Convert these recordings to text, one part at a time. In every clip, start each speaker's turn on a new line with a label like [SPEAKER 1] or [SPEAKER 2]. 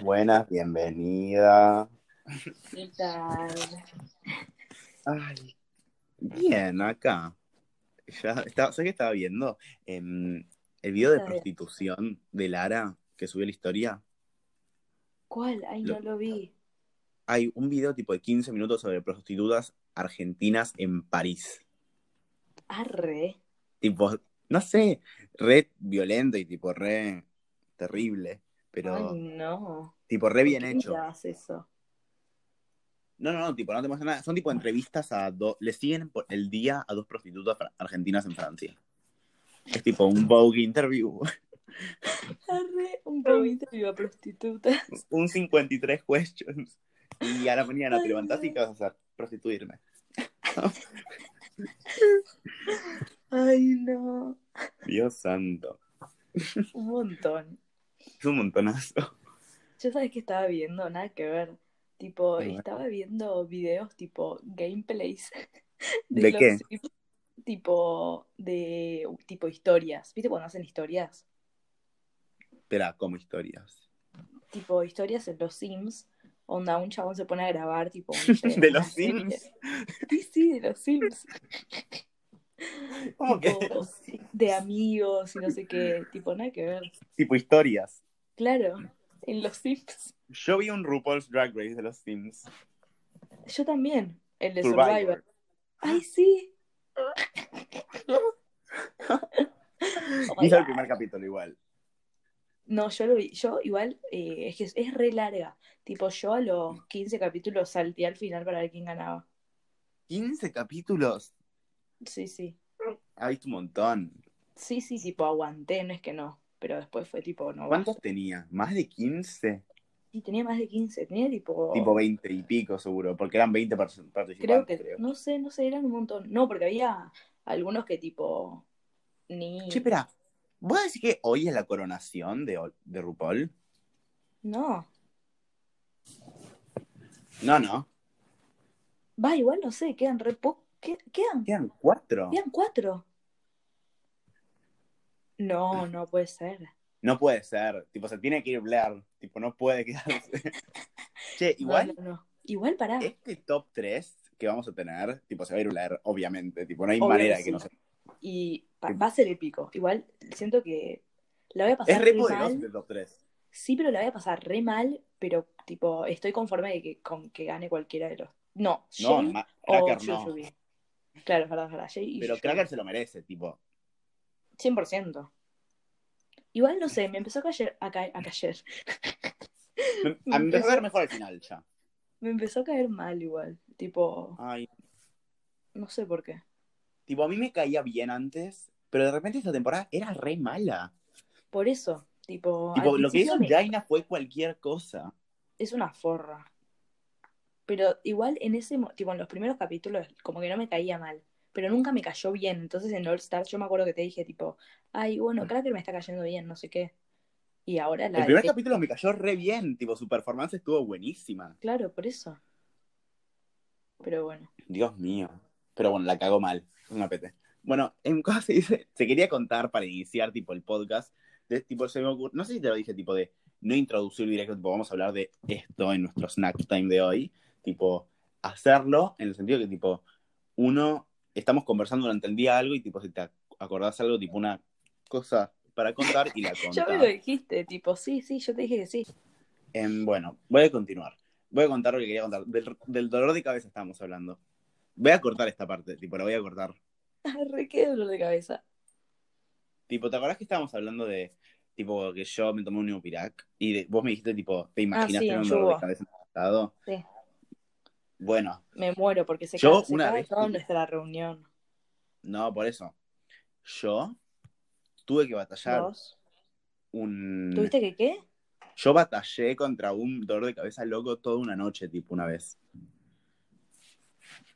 [SPEAKER 1] Buenas, bienvenida.
[SPEAKER 2] ¿Qué tal?
[SPEAKER 1] Ay, bien, acá. Ya estaba, ¿sabes qué estaba viendo? Em, el video de
[SPEAKER 2] Está bien.
[SPEAKER 1] prostitución de Lara que subió la historia.
[SPEAKER 2] ¿Cuál? Ay,
[SPEAKER 1] Lo-
[SPEAKER 2] no lo vi.
[SPEAKER 1] Hay un video tipo de 15 minutos sobre prostitutas argentinas en París.
[SPEAKER 2] Arre.
[SPEAKER 1] Tipo, no sé, re violento y tipo re terrible, pero
[SPEAKER 2] Ay, no.
[SPEAKER 1] tipo re bien
[SPEAKER 2] ¿Por qué
[SPEAKER 1] hecho.
[SPEAKER 2] mirabas eso?
[SPEAKER 1] No, no, no, tipo, no te muestran nada. Son tipo entrevistas a dos. Le siguen por el día a dos prostitutas fra- argentinas en Francia. Es tipo un Vogue interview.
[SPEAKER 2] Arre, un poquito viva prostituta.
[SPEAKER 1] un 53 questions. Y a la mañana te levantás y qué vas a hacer? Prostituirme.
[SPEAKER 2] Ay, no.
[SPEAKER 1] Dios santo.
[SPEAKER 2] Un montón.
[SPEAKER 1] Es un montonazo.
[SPEAKER 2] Yo sabes que estaba viendo, nada que ver. Tipo,
[SPEAKER 1] A ver.
[SPEAKER 2] estaba viendo videos tipo gameplays.
[SPEAKER 1] ¿De qué?
[SPEAKER 2] Sims, Tipo, de tipo historias. ¿Viste cuando hacen historias?
[SPEAKER 1] Espera, como historias.
[SPEAKER 2] Tipo, historias en los Sims. Onda, un chabón se pone a grabar, tipo. no sé,
[SPEAKER 1] De
[SPEAKER 2] una
[SPEAKER 1] los
[SPEAKER 2] serie.
[SPEAKER 1] Sims.
[SPEAKER 2] Sí, sí, de los Sims.
[SPEAKER 1] ¿Cómo que?
[SPEAKER 2] Tipo, de amigos y no sé qué. Tipo, nada que ver.
[SPEAKER 1] Tipo historias.
[SPEAKER 2] Claro, en los Sims.
[SPEAKER 1] Yo vi un RuPaul's Drag Race de los Sims.
[SPEAKER 2] Yo también, el de
[SPEAKER 1] Survivor.
[SPEAKER 2] Survivor. Ay, sí. Oh my
[SPEAKER 1] Hice el
[SPEAKER 2] God.
[SPEAKER 1] primer capítulo igual.
[SPEAKER 2] No, yo lo vi. Yo igual, eh, es que es, es re larga. Tipo, yo a los 15 capítulos salté al final para ver quién ganaba.
[SPEAKER 1] 15 capítulos.
[SPEAKER 2] Sí, sí.
[SPEAKER 1] Ha visto un montón.
[SPEAKER 2] Sí, sí, tipo, aguanté, no es que no. Pero después fue tipo, no.
[SPEAKER 1] ¿Cuántos tenía? ¿Más de 15?
[SPEAKER 2] Y tenía más de 15, tenía tipo.
[SPEAKER 1] Tipo 20 y pico seguro, porque eran 20 perso-
[SPEAKER 2] Oh. creo
[SPEAKER 1] participantes,
[SPEAKER 2] que,
[SPEAKER 1] creo.
[SPEAKER 2] no sé, no sé, eran un montón. No, porque había algunos que tipo. Ni.
[SPEAKER 1] Che, espera, ¿vos decís que hoy es la coronación de, Ol- de RuPaul?
[SPEAKER 2] No.
[SPEAKER 1] No, no,
[SPEAKER 2] Va, igual no sé, quedan re po- ¿Qué- Quedan,
[SPEAKER 1] quedan cuatro.
[SPEAKER 2] quedan cuatro.
[SPEAKER 1] Eh.
[SPEAKER 2] No, no puede ser.
[SPEAKER 1] No puede ser, tipo, se tiene que ir Blair, tipo, no puede quedarse. che, igual,
[SPEAKER 2] No, no, no. Igual pará.
[SPEAKER 1] este top 3 que vamos a tener, tipo, se va a ir Blair, obviamente, tipo, no hay
[SPEAKER 2] Obvio
[SPEAKER 1] manera
[SPEAKER 2] que
[SPEAKER 1] de
[SPEAKER 2] sí.
[SPEAKER 1] que no se... Eh.
[SPEAKER 2] Y pa- va a ser épico. Igual siento que la voy a pasar
[SPEAKER 1] Es re
[SPEAKER 2] re
[SPEAKER 1] poderoso
[SPEAKER 2] mal.
[SPEAKER 1] este top 3.
[SPEAKER 2] Sí, pero la voy a pasar re mal, pero tipo, estoy conforme de que, con que gane cualquiera de los. No,
[SPEAKER 1] No,
[SPEAKER 2] Jay
[SPEAKER 1] ma-
[SPEAKER 2] o
[SPEAKER 1] Cracker no,
[SPEAKER 2] Jujubee. Claro, es verdad, es verdad. Jay y
[SPEAKER 1] pero
[SPEAKER 2] Jujubee.
[SPEAKER 1] Cracker se lo merece, tipo.
[SPEAKER 2] 100%. Igual no sé, me empezó a caer, a caer, a caer.
[SPEAKER 1] Me- A mí Em, me va a ver mejor al final ya.
[SPEAKER 2] Me empezó a caer mal igual. Tipo,
[SPEAKER 1] Ay,
[SPEAKER 2] no sé por qué.
[SPEAKER 1] tipo, a mí me caía bien antes, pero de repente esta temporada era re mala.
[SPEAKER 2] Por eso, tipo,
[SPEAKER 1] Tipo,
[SPEAKER 2] al
[SPEAKER 1] lo que
[SPEAKER 2] principio
[SPEAKER 1] hizo
[SPEAKER 2] me-
[SPEAKER 1] Jaina fue cualquier cosa.
[SPEAKER 2] es una forra. Pero igual en ese, mo- tipo, en los primeros capítulos, como que no me caía mal. Pero nunca me cayó bien. Entonces en All Stars yo me acuerdo que te dije, tipo, ay, bueno, Cracker me está cayendo bien, no sé qué. Y ahora la.
[SPEAKER 1] Mm. El primer
[SPEAKER 2] de-
[SPEAKER 1] capítulo me cayó re bien, tipo, su performance estuvo buenísima.
[SPEAKER 2] Claro, por eso. Pero bueno.
[SPEAKER 1] Dios mío. Pero bueno, la cagó mal. Una pete. Bueno, en cosa se dice, se quería contar para iniciar, tipo, el podcast, de, tipo, se me ocur- no sé si te lo dije, tipo, de no introducir directo, tipo, vamos a hablar de esto en nuestro snack time de hoy, tipo, hacerlo en el sentido que, tipo, uno, estamos conversando durante el día algo y, tipo, si te ac- acordás algo, tipo, una cosa para contar y la contás.
[SPEAKER 2] Ya me lo dijiste, tipo, sí, sí, yo te dije que sí.
[SPEAKER 1] Em, bueno, voy a continuar. Voy a contar lo que quería contar. Del, del dolor de cabeza estábamos hablando. Voy a cortar esta parte, tipo, la voy a cortar.
[SPEAKER 2] Re qué dolor de cabeza.
[SPEAKER 1] Tipo, ¿te acordás que estábamos hablando de, tipo, que yo me tomé un Neopirac? Y de- vos me dijiste, tipo, ¿te imaginas
[SPEAKER 2] Ah, sí,
[SPEAKER 1] tener un
[SPEAKER 2] en
[SPEAKER 1] dolor de
[SPEAKER 2] Yugo.
[SPEAKER 1] cabeza adaptado?
[SPEAKER 2] Sí.
[SPEAKER 1] Bueno,
[SPEAKER 2] Me muero porque se,
[SPEAKER 1] Yo
[SPEAKER 2] ca- se
[SPEAKER 1] una
[SPEAKER 2] caga
[SPEAKER 1] vez-
[SPEAKER 2] toda nuestra reunión.
[SPEAKER 1] no, por eso. Yo tuve que batallar
[SPEAKER 2] Vos.
[SPEAKER 1] un...
[SPEAKER 2] ¿Tuviste que qué?
[SPEAKER 1] Yo batallé contra un dolor de cabeza loco toda una noche, tipo una vez.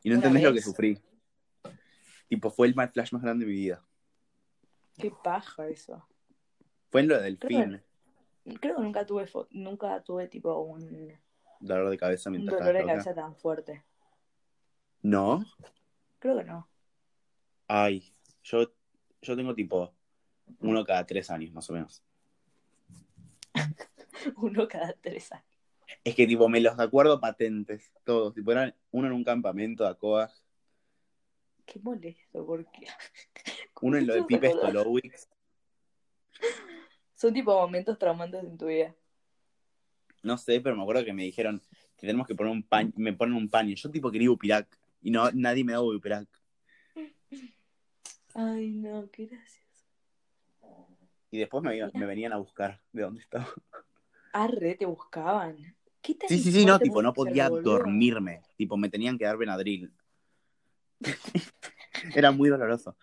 [SPEAKER 1] Y no
[SPEAKER 2] ¿Una
[SPEAKER 1] entendés lo que
[SPEAKER 2] vez?
[SPEAKER 1] sufrí. Tipo, fue el mal flash más grande de mi vida.
[SPEAKER 2] Qué paja eso.
[SPEAKER 1] Fue en lo del
[SPEAKER 2] Creo
[SPEAKER 1] fin,
[SPEAKER 2] Creo que nunca tuve fo- nunca tuve tipo un,
[SPEAKER 1] dolor de cabeza
[SPEAKER 2] un
[SPEAKER 1] mientras
[SPEAKER 2] dolor de
[SPEAKER 1] estaba loca.
[SPEAKER 2] cabeza tan fuerte.
[SPEAKER 1] No,
[SPEAKER 2] Creo que no.
[SPEAKER 1] ay, yo, yo tengo tipo uno cada tres años más o menos.
[SPEAKER 2] Uno cada tres años.
[SPEAKER 1] Es que, tipo, me los acuerdo patentes, todos. Tipo, eran uno en un campamento de Acoas,
[SPEAKER 2] Qué molesto, porque
[SPEAKER 1] uno en lo de
[SPEAKER 2] ¿Cómo te
[SPEAKER 1] Pipe
[SPEAKER 2] acordás?
[SPEAKER 1] Stolowicz.
[SPEAKER 2] son tipo momentos traumantes en tu vida.
[SPEAKER 1] No sé, pero me acuerdo que me dijeron que tenemos que poner un paño. Me ponen un paño. Yo, tipo, quería Upirac. Y no, nadie me da Upirac.
[SPEAKER 2] Ay, no, qué gracioso.
[SPEAKER 1] Y después me, me venían a buscar de dónde estaba.
[SPEAKER 2] Arre, Ah, te buscaban. ¿Qué tan
[SPEAKER 1] Sí, sí, sí, no,
[SPEAKER 2] fuerte
[SPEAKER 1] tipo, no
[SPEAKER 2] puede ser,
[SPEAKER 1] podía
[SPEAKER 2] boludo?
[SPEAKER 1] dormirme. Tipo, me tenían que dar Benadryl. Era muy doloroso.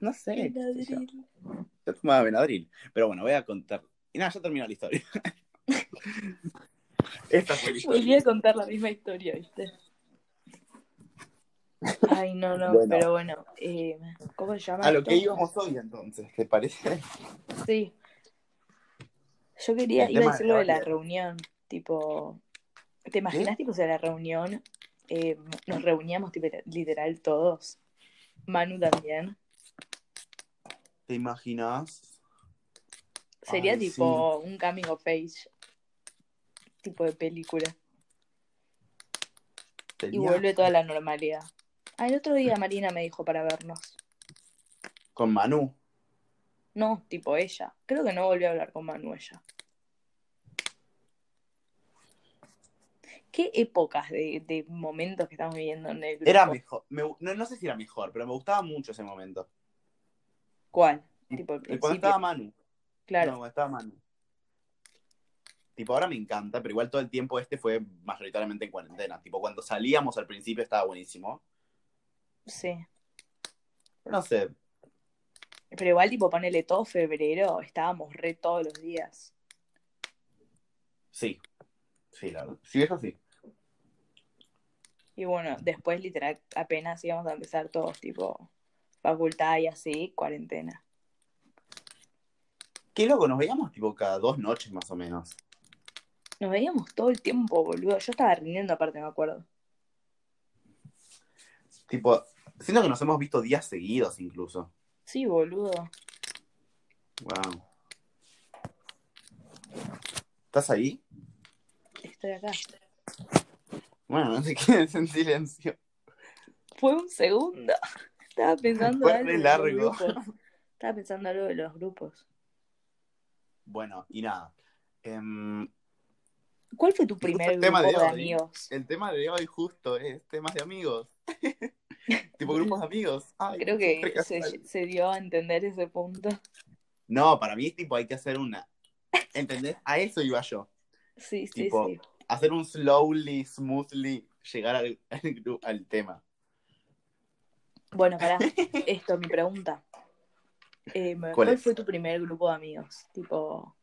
[SPEAKER 1] No sé. qué sé yo.
[SPEAKER 2] Benadryl.
[SPEAKER 1] Yo tomaba Benadryl. Pero bueno, voy a contar. Y nada, ya terminó la historia. Esta fue la
[SPEAKER 2] Volví
[SPEAKER 1] historia.
[SPEAKER 2] a contar la misma historia, ¿viste? Ay, no, no,
[SPEAKER 1] Bueno.
[SPEAKER 2] pero bueno. eh, ¿Cómo se llama?
[SPEAKER 1] A lo
[SPEAKER 2] esto?
[SPEAKER 1] que íbamos hoy entonces, ¿te parece?
[SPEAKER 2] Sí. Yo quería,
[SPEAKER 1] El
[SPEAKER 2] iba
[SPEAKER 1] tema
[SPEAKER 2] a
[SPEAKER 1] de
[SPEAKER 2] decir lo de la
[SPEAKER 1] Gabriel.
[SPEAKER 2] reunión, tipo, ¿te imaginas, tipo, si a la reunión eh, nos reuníamos, tipo, literal, todos? Manu también.
[SPEAKER 1] ¿Te imaginas?
[SPEAKER 2] Sería
[SPEAKER 1] Ay,
[SPEAKER 2] tipo un coming of age, tipo de película. Y
[SPEAKER 1] Sería
[SPEAKER 2] vuelve toda la normalidad. Ah, el otro día Marina me dijo para vernos.
[SPEAKER 1] Con Manu.
[SPEAKER 2] No, tipo ella. Creo que no volvió a hablar con Manu ella. ¿Qué épocas de, de momentos que estamos viviendo en el grupo?
[SPEAKER 1] Era mejor. me gu- no, no sé si era mejor, pero me gustaba mucho ese momento.
[SPEAKER 2] ¿Cuál? Tipo, el
[SPEAKER 1] Y
[SPEAKER 2] principio.
[SPEAKER 1] Cuando estaba Manu. No,
[SPEAKER 2] Claro.
[SPEAKER 1] cuando estaba Manu. Tipo, ahora me encanta, pero igual todo el tiempo este fue mayoritariamente en cuarentena. Tipo, cuando salíamos al principio estaba buenísimo.
[SPEAKER 2] Sí.
[SPEAKER 1] Pero no sé,
[SPEAKER 2] Pero igual, tipo, ponele todo febrero, estábamos re todos los días.
[SPEAKER 1] sí. Sí, la verdad. Sí, eso sí.
[SPEAKER 2] Y bueno, después, literal, apenas íbamos a empezar todos, tipo, facultad y así, cuarentena.
[SPEAKER 1] Qué loco, nos veíamos tipo cada dos noches más o menos.
[SPEAKER 2] Nos veíamos todo el tiempo, boludo. Yo estaba rindiendo, aparte, me acuerdo.
[SPEAKER 1] Tipo, siento que nos hemos visto días seguidos incluso.
[SPEAKER 2] Sí, boludo.
[SPEAKER 1] Wow. ¿Estás ahí?
[SPEAKER 2] Estoy acá.
[SPEAKER 1] Bueno, no te quedes en silencio.
[SPEAKER 2] Fue un segundo. Estaba pensando
[SPEAKER 1] Fue
[SPEAKER 2] algo
[SPEAKER 1] re
[SPEAKER 2] de los
[SPEAKER 1] largo.
[SPEAKER 2] grupos. Estaba pensando algo de los grupos.
[SPEAKER 1] Bueno, y nada. Em,
[SPEAKER 2] ¿Cuál fue tu
[SPEAKER 1] fue el
[SPEAKER 2] primer grupo
[SPEAKER 1] tema de
[SPEAKER 2] de,
[SPEAKER 1] hoy.
[SPEAKER 2] amigos?
[SPEAKER 1] el tema de hoy justo es temas de amigos. tipo grupos de amigos. Ay,
[SPEAKER 2] Creo
[SPEAKER 1] re
[SPEAKER 2] que
[SPEAKER 1] casual.
[SPEAKER 2] se, se dio a entender ese punto.
[SPEAKER 1] No, para mí tipo hay que hacer una. ¿Entendés? A eso iba yo.
[SPEAKER 2] Sí, sí,
[SPEAKER 1] Tipo,
[SPEAKER 2] sí.
[SPEAKER 1] Hacer un slowly, smoothly, llegar al, al, gru- al tema.
[SPEAKER 2] Bueno, pará. Esto, mi pregunta. Eh, ¿Cuál,
[SPEAKER 1] es?
[SPEAKER 2] fue tu primer grupo de amigos? Tipo,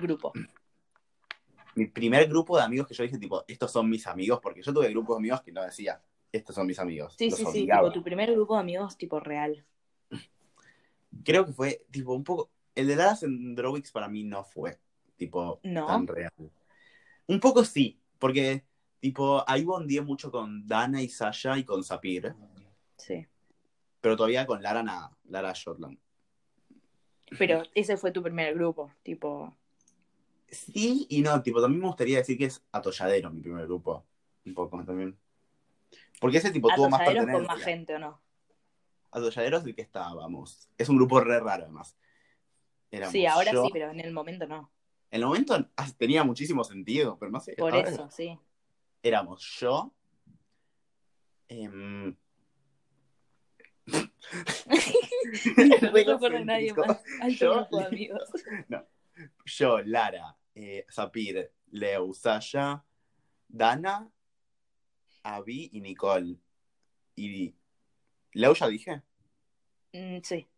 [SPEAKER 2] grupo.
[SPEAKER 1] Mm, mi primer grupo de amigos que yo dije, tipo, estos son mis amigos, porque yo tuve grupos de amigos que no decía, estos son mis amigos.
[SPEAKER 2] Sí,
[SPEAKER 1] los
[SPEAKER 2] sí, sí.
[SPEAKER 1] odiaba.
[SPEAKER 2] Tipo, tu primer grupo de amigos, tipo, real.
[SPEAKER 1] Creo que fue, tipo, un poco. El de Dallas en Drowix para mí no fue, tipo,
[SPEAKER 2] No.
[SPEAKER 1] tan real. Un poco sí, porque, tipo, ahí bondié mucho con Dana y Sasha y con Sapir,
[SPEAKER 2] Sí.
[SPEAKER 1] pero todavía con Lara nada, Lara Shortland.
[SPEAKER 2] Pero ese fue tu primer grupo. Tipo,
[SPEAKER 1] Sí y no, tipo, también me gustaría decir que es Atolladero mi primer grupo, un poco también. Porque ese tipo tuvo más
[SPEAKER 2] atolladeros con más gente
[SPEAKER 1] pertenencia.
[SPEAKER 2] o no.
[SPEAKER 1] Atolladero es el que estábamos. Es un grupo re raro, además. Éramos
[SPEAKER 2] Sí, ahora
[SPEAKER 1] yo.
[SPEAKER 2] sí, pero en el momento no.
[SPEAKER 1] En el momento ah, tenía muchísimo sentido, pero no sé.
[SPEAKER 2] Por
[SPEAKER 1] ahora
[SPEAKER 2] eso, sí.
[SPEAKER 1] Éramos yo. em,
[SPEAKER 2] no me acuerdo de nadie más. Alto
[SPEAKER 1] Yo-
[SPEAKER 2] grupo de amigos.
[SPEAKER 1] yo, Lara, eh, Sapir, Leo, Sasha, Dana, Avi y Nicole. Y. ¿Leo ya dije?
[SPEAKER 2] Mm, sí.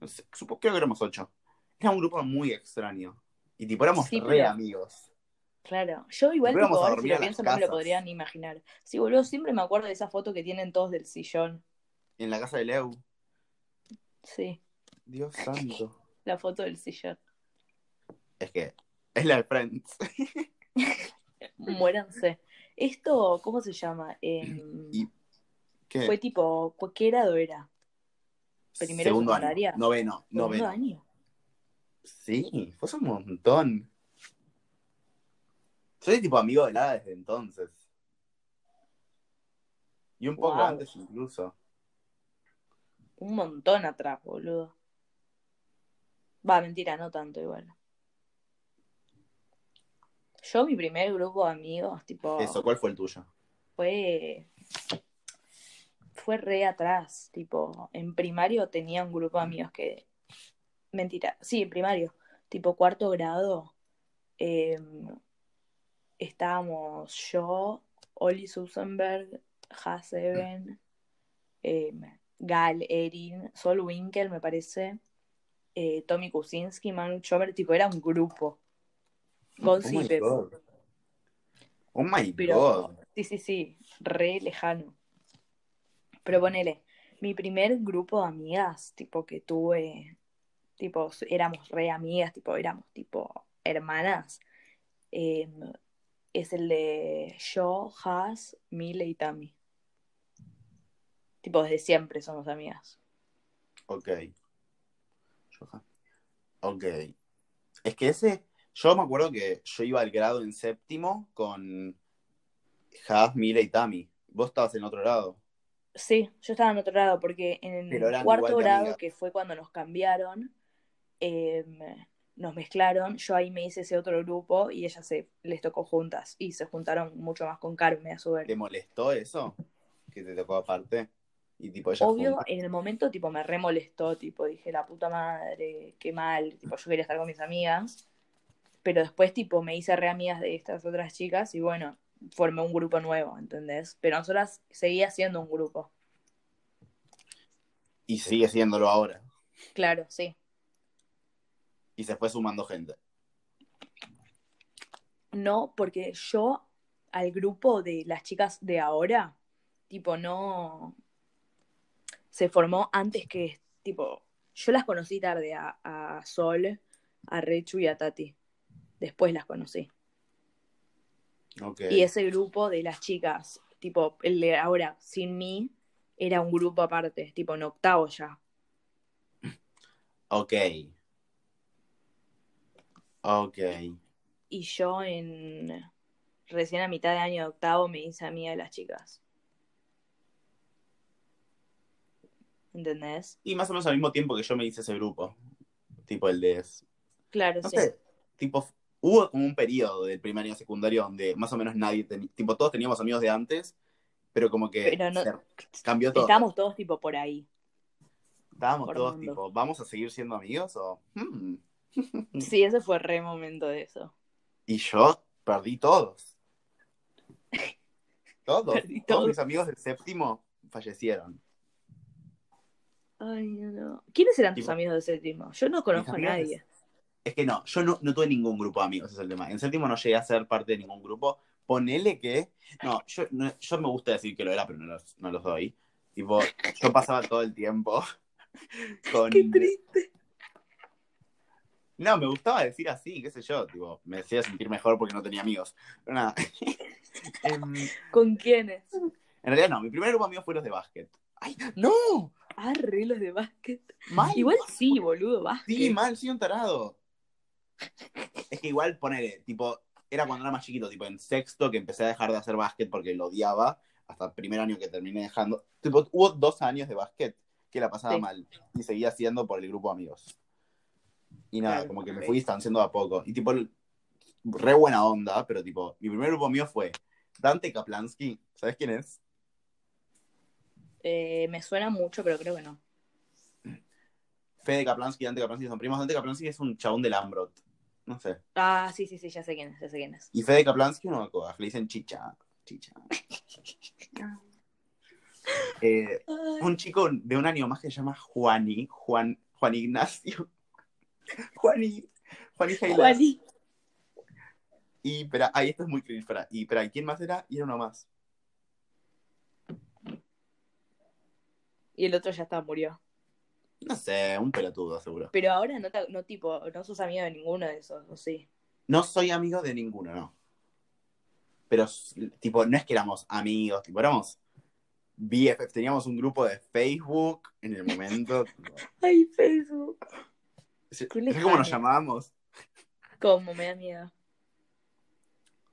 [SPEAKER 1] No sé, supongo creo que éramos ocho. Era un grupo muy extraño. Y tipo, éramos
[SPEAKER 2] Sí,
[SPEAKER 1] re
[SPEAKER 2] pero-
[SPEAKER 1] amigos.
[SPEAKER 2] Claro, yo igual
[SPEAKER 1] Pero
[SPEAKER 2] tipo,
[SPEAKER 1] íbamos a
[SPEAKER 2] ahora si
[SPEAKER 1] dormir a
[SPEAKER 2] lo
[SPEAKER 1] las
[SPEAKER 2] pienso no me lo
[SPEAKER 1] casas.
[SPEAKER 2] podrían imaginar. Sí, boludo, siempre me acuerdo de esa foto que tienen todos del sillón.
[SPEAKER 1] En la casa de Leo.
[SPEAKER 2] Sí,
[SPEAKER 1] Dios santo.
[SPEAKER 2] la foto del sillón.
[SPEAKER 1] Es que es la de Friends.
[SPEAKER 2] Muéranse. Esto, ¿cómo se llama? Em,
[SPEAKER 1] Y- eh, ¿Qué?
[SPEAKER 2] fue tipo, ¿cu- ¿qué grado era? primero de
[SPEAKER 1] Segundo
[SPEAKER 2] secundaria.
[SPEAKER 1] año. Noveno,
[SPEAKER 2] ¿Segundo
[SPEAKER 1] noveno.
[SPEAKER 2] año?
[SPEAKER 1] Sí, fue hace un montón. Soy tipo amigo de Lada desde entonces. Y un poco
[SPEAKER 2] Wow.
[SPEAKER 1] antes incluso.
[SPEAKER 2] Un montón atrás, boludo. Va, mentira, no tanto igual. Yo, mi primer grupo de amigos, tipo,
[SPEAKER 1] Eso, ¿cuál fue el tuyo?
[SPEAKER 2] fue. Fue re atrás. Tipo, en primario tenía un grupo de amigos que. Mentira, sí, en primario. Tipo, cuarto grado. eh, estábamos yo, Oli Susenberg, Haseven, Gal Erin, Sol Winkel, me parece. eh, Tommy Kuczynski, Manu Chover, tipo, era un grupo. Gonzi
[SPEAKER 1] oh
[SPEAKER 2] y
[SPEAKER 1] my
[SPEAKER 2] Pepo.
[SPEAKER 1] god. Oh my
[SPEAKER 2] Pero-
[SPEAKER 1] god.
[SPEAKER 2] Sí, sí, sí, re lejano. Pero ponele, mi primer grupo de amigas, tipo que tuve, tipo, s- éramos re amigas, tipo, éramos tipo hermanas, eh, es el de yo, Has, Mile y Tami. Tipo, desde siempre somos amigas.
[SPEAKER 1] Ok. Yo- Ok. Es que ese. Yo me acuerdo que yo iba al grado en séptimo con Has, Mila y Tami. Vos estabas en otro grado.
[SPEAKER 2] Sí, yo estaba en otro lado porque en
[SPEAKER 1] Pero eran
[SPEAKER 2] cuarto
[SPEAKER 1] igual de
[SPEAKER 2] grado,
[SPEAKER 1] amigas.
[SPEAKER 2] que fue cuando nos cambiaron, em, nos mezclaron, yo ahí me hice ese otro grupo y ellas se les tocó juntas y se juntaron mucho más con Carmen a su vez.
[SPEAKER 1] ¿Te molestó eso? Que te tocó aparte. Y tipo, ella
[SPEAKER 2] Obvio, en el momento tipo me remolestó, tipo dije la puta madre, qué mal, tipo yo quería estar con mis amigas, pero después tipo me hice re amigas de estas otras chicas y bueno, formé un grupo nuevo, ¿entendés? Pero nosotras seguía siendo un grupo.
[SPEAKER 1] Y sigue siéndolo ahora.
[SPEAKER 2] Claro, sí.
[SPEAKER 1] Y se fue sumando gente.
[SPEAKER 2] No, porque yo al grupo de las chicas de ahora, tipo, no se formó antes que, tipo, yo las conocí tarde a, a Sol, a Rechu y a Tati. Después las conocí.
[SPEAKER 1] Ok.
[SPEAKER 2] Y ese grupo de las chicas, tipo, el de ahora sin mí, era un grupo aparte, tipo, en octavo ya.
[SPEAKER 1] Ok. Ok.
[SPEAKER 2] Y yo en recién a mitad de año de octavo me hice amiga de las chicas. ¿Entendés?
[SPEAKER 1] Y más o menos al mismo tiempo que yo me hice ese grupo. Tipo el de
[SPEAKER 2] Claro,
[SPEAKER 1] no
[SPEAKER 2] sí.
[SPEAKER 1] sé, tipo, hubo como un periodo del primario a secundario donde más o menos nadie tenía, tipo, todos teníamos amigos de antes, pero como que
[SPEAKER 2] Pero no-
[SPEAKER 1] se cambió todo.
[SPEAKER 2] Estábamos todos tipo por ahí.
[SPEAKER 1] Estábamos todos
[SPEAKER 2] formando.
[SPEAKER 1] tipo, ¿vamos a seguir siendo amigos o...? hmm?
[SPEAKER 2] Sí, ese fue re momento de eso.
[SPEAKER 1] Y yo perdí todos. Todos.
[SPEAKER 2] Perdí
[SPEAKER 1] todos.
[SPEAKER 2] todos.
[SPEAKER 1] mis amigos del séptimo fallecieron.
[SPEAKER 2] Ay, no. ¿Quiénes eran tus
[SPEAKER 1] Tipo,
[SPEAKER 2] amigos de séptimo? Yo no conozco a
[SPEAKER 1] amigos de
[SPEAKER 2] nadie.
[SPEAKER 1] Es que no, yo no, no tuve ningún grupo de amigos, ese es el tema. En séptimo no llegué a ser parte de ningún grupo. Ponele que. No, yo, no- yo me gusta decir que lo era, pero no los, no los doy. Tipo, yo pasaba todo el tiempo con.
[SPEAKER 2] Qué triste.
[SPEAKER 1] No, me gustaba decir así, qué sé yo. Tipo, me hacía sentir mejor porque no tenía amigos. Pero nada. Em,
[SPEAKER 2] ¿Con quiénes?
[SPEAKER 1] en realidad no, mi primer grupo de amigos fue los de básquet. ¡Ay! ¡No!
[SPEAKER 2] Ah, re los de básquet.
[SPEAKER 1] ¡Mal!
[SPEAKER 2] Igual sí, boludo, básquet.
[SPEAKER 1] Sí, mal, soy un tarado. Es que igual, ponele, tipo, era cuando era más chiquito, tipo, en sexto que empecé a dejar de hacer básquet porque lo odiaba, hasta el primer año que terminé dejando. Tipo, hubo dos años de básquet que la pasaba
[SPEAKER 2] Sí.
[SPEAKER 1] mal y seguía haciendo por el grupo de amigos. Y nada,
[SPEAKER 2] Claro,
[SPEAKER 1] como que
[SPEAKER 2] ok.
[SPEAKER 1] me fui distanciando de a poco. Y tipo, el- re buena onda, pero tipo, mi primer grupo mío fue Dante Kaplansky, ¿sabes quién es?
[SPEAKER 2] Eh, me suena mucho, pero creo que no.
[SPEAKER 1] Fede Kaplansky y Dante Kaplansky son primos. Dante Kaplansky es un chabón del Ambrot. No sé.
[SPEAKER 2] Ah, sí, sí, sí, ya sé quién es, ya sé quién es.
[SPEAKER 1] Y Fede Kaplansky, no me acuerdo, le dicen chicha. Chicha. Eh,
[SPEAKER 2] Ay,
[SPEAKER 1] un chico de un año más que se llama Juani, Juan, Juan Ignacio. Juani, Juani Jailas.
[SPEAKER 2] Juani.
[SPEAKER 1] Y, espera, ay, esto es muy cringe, espera. Y, espera, ¿quién más era? Y era uno más.
[SPEAKER 2] Y el otro ya está, murió.
[SPEAKER 1] No sé, un pelotudo, seguro.
[SPEAKER 2] Pero ahora no, te- no tipo, no sos amigo de ninguno de esos, ¿o sí?
[SPEAKER 1] No soy amigo de ninguno, no. Pero, s- tipo, no es que éramos amigos, tipo, éramos BFF, teníamos un grupo de Facebook en el momento. tipo,
[SPEAKER 2] Ay, Facebook.
[SPEAKER 1] Sí,
[SPEAKER 2] Qué
[SPEAKER 1] ¿Sabes cómo nos
[SPEAKER 2] lejano.
[SPEAKER 1] llamábamos?
[SPEAKER 2] Como me da miedo.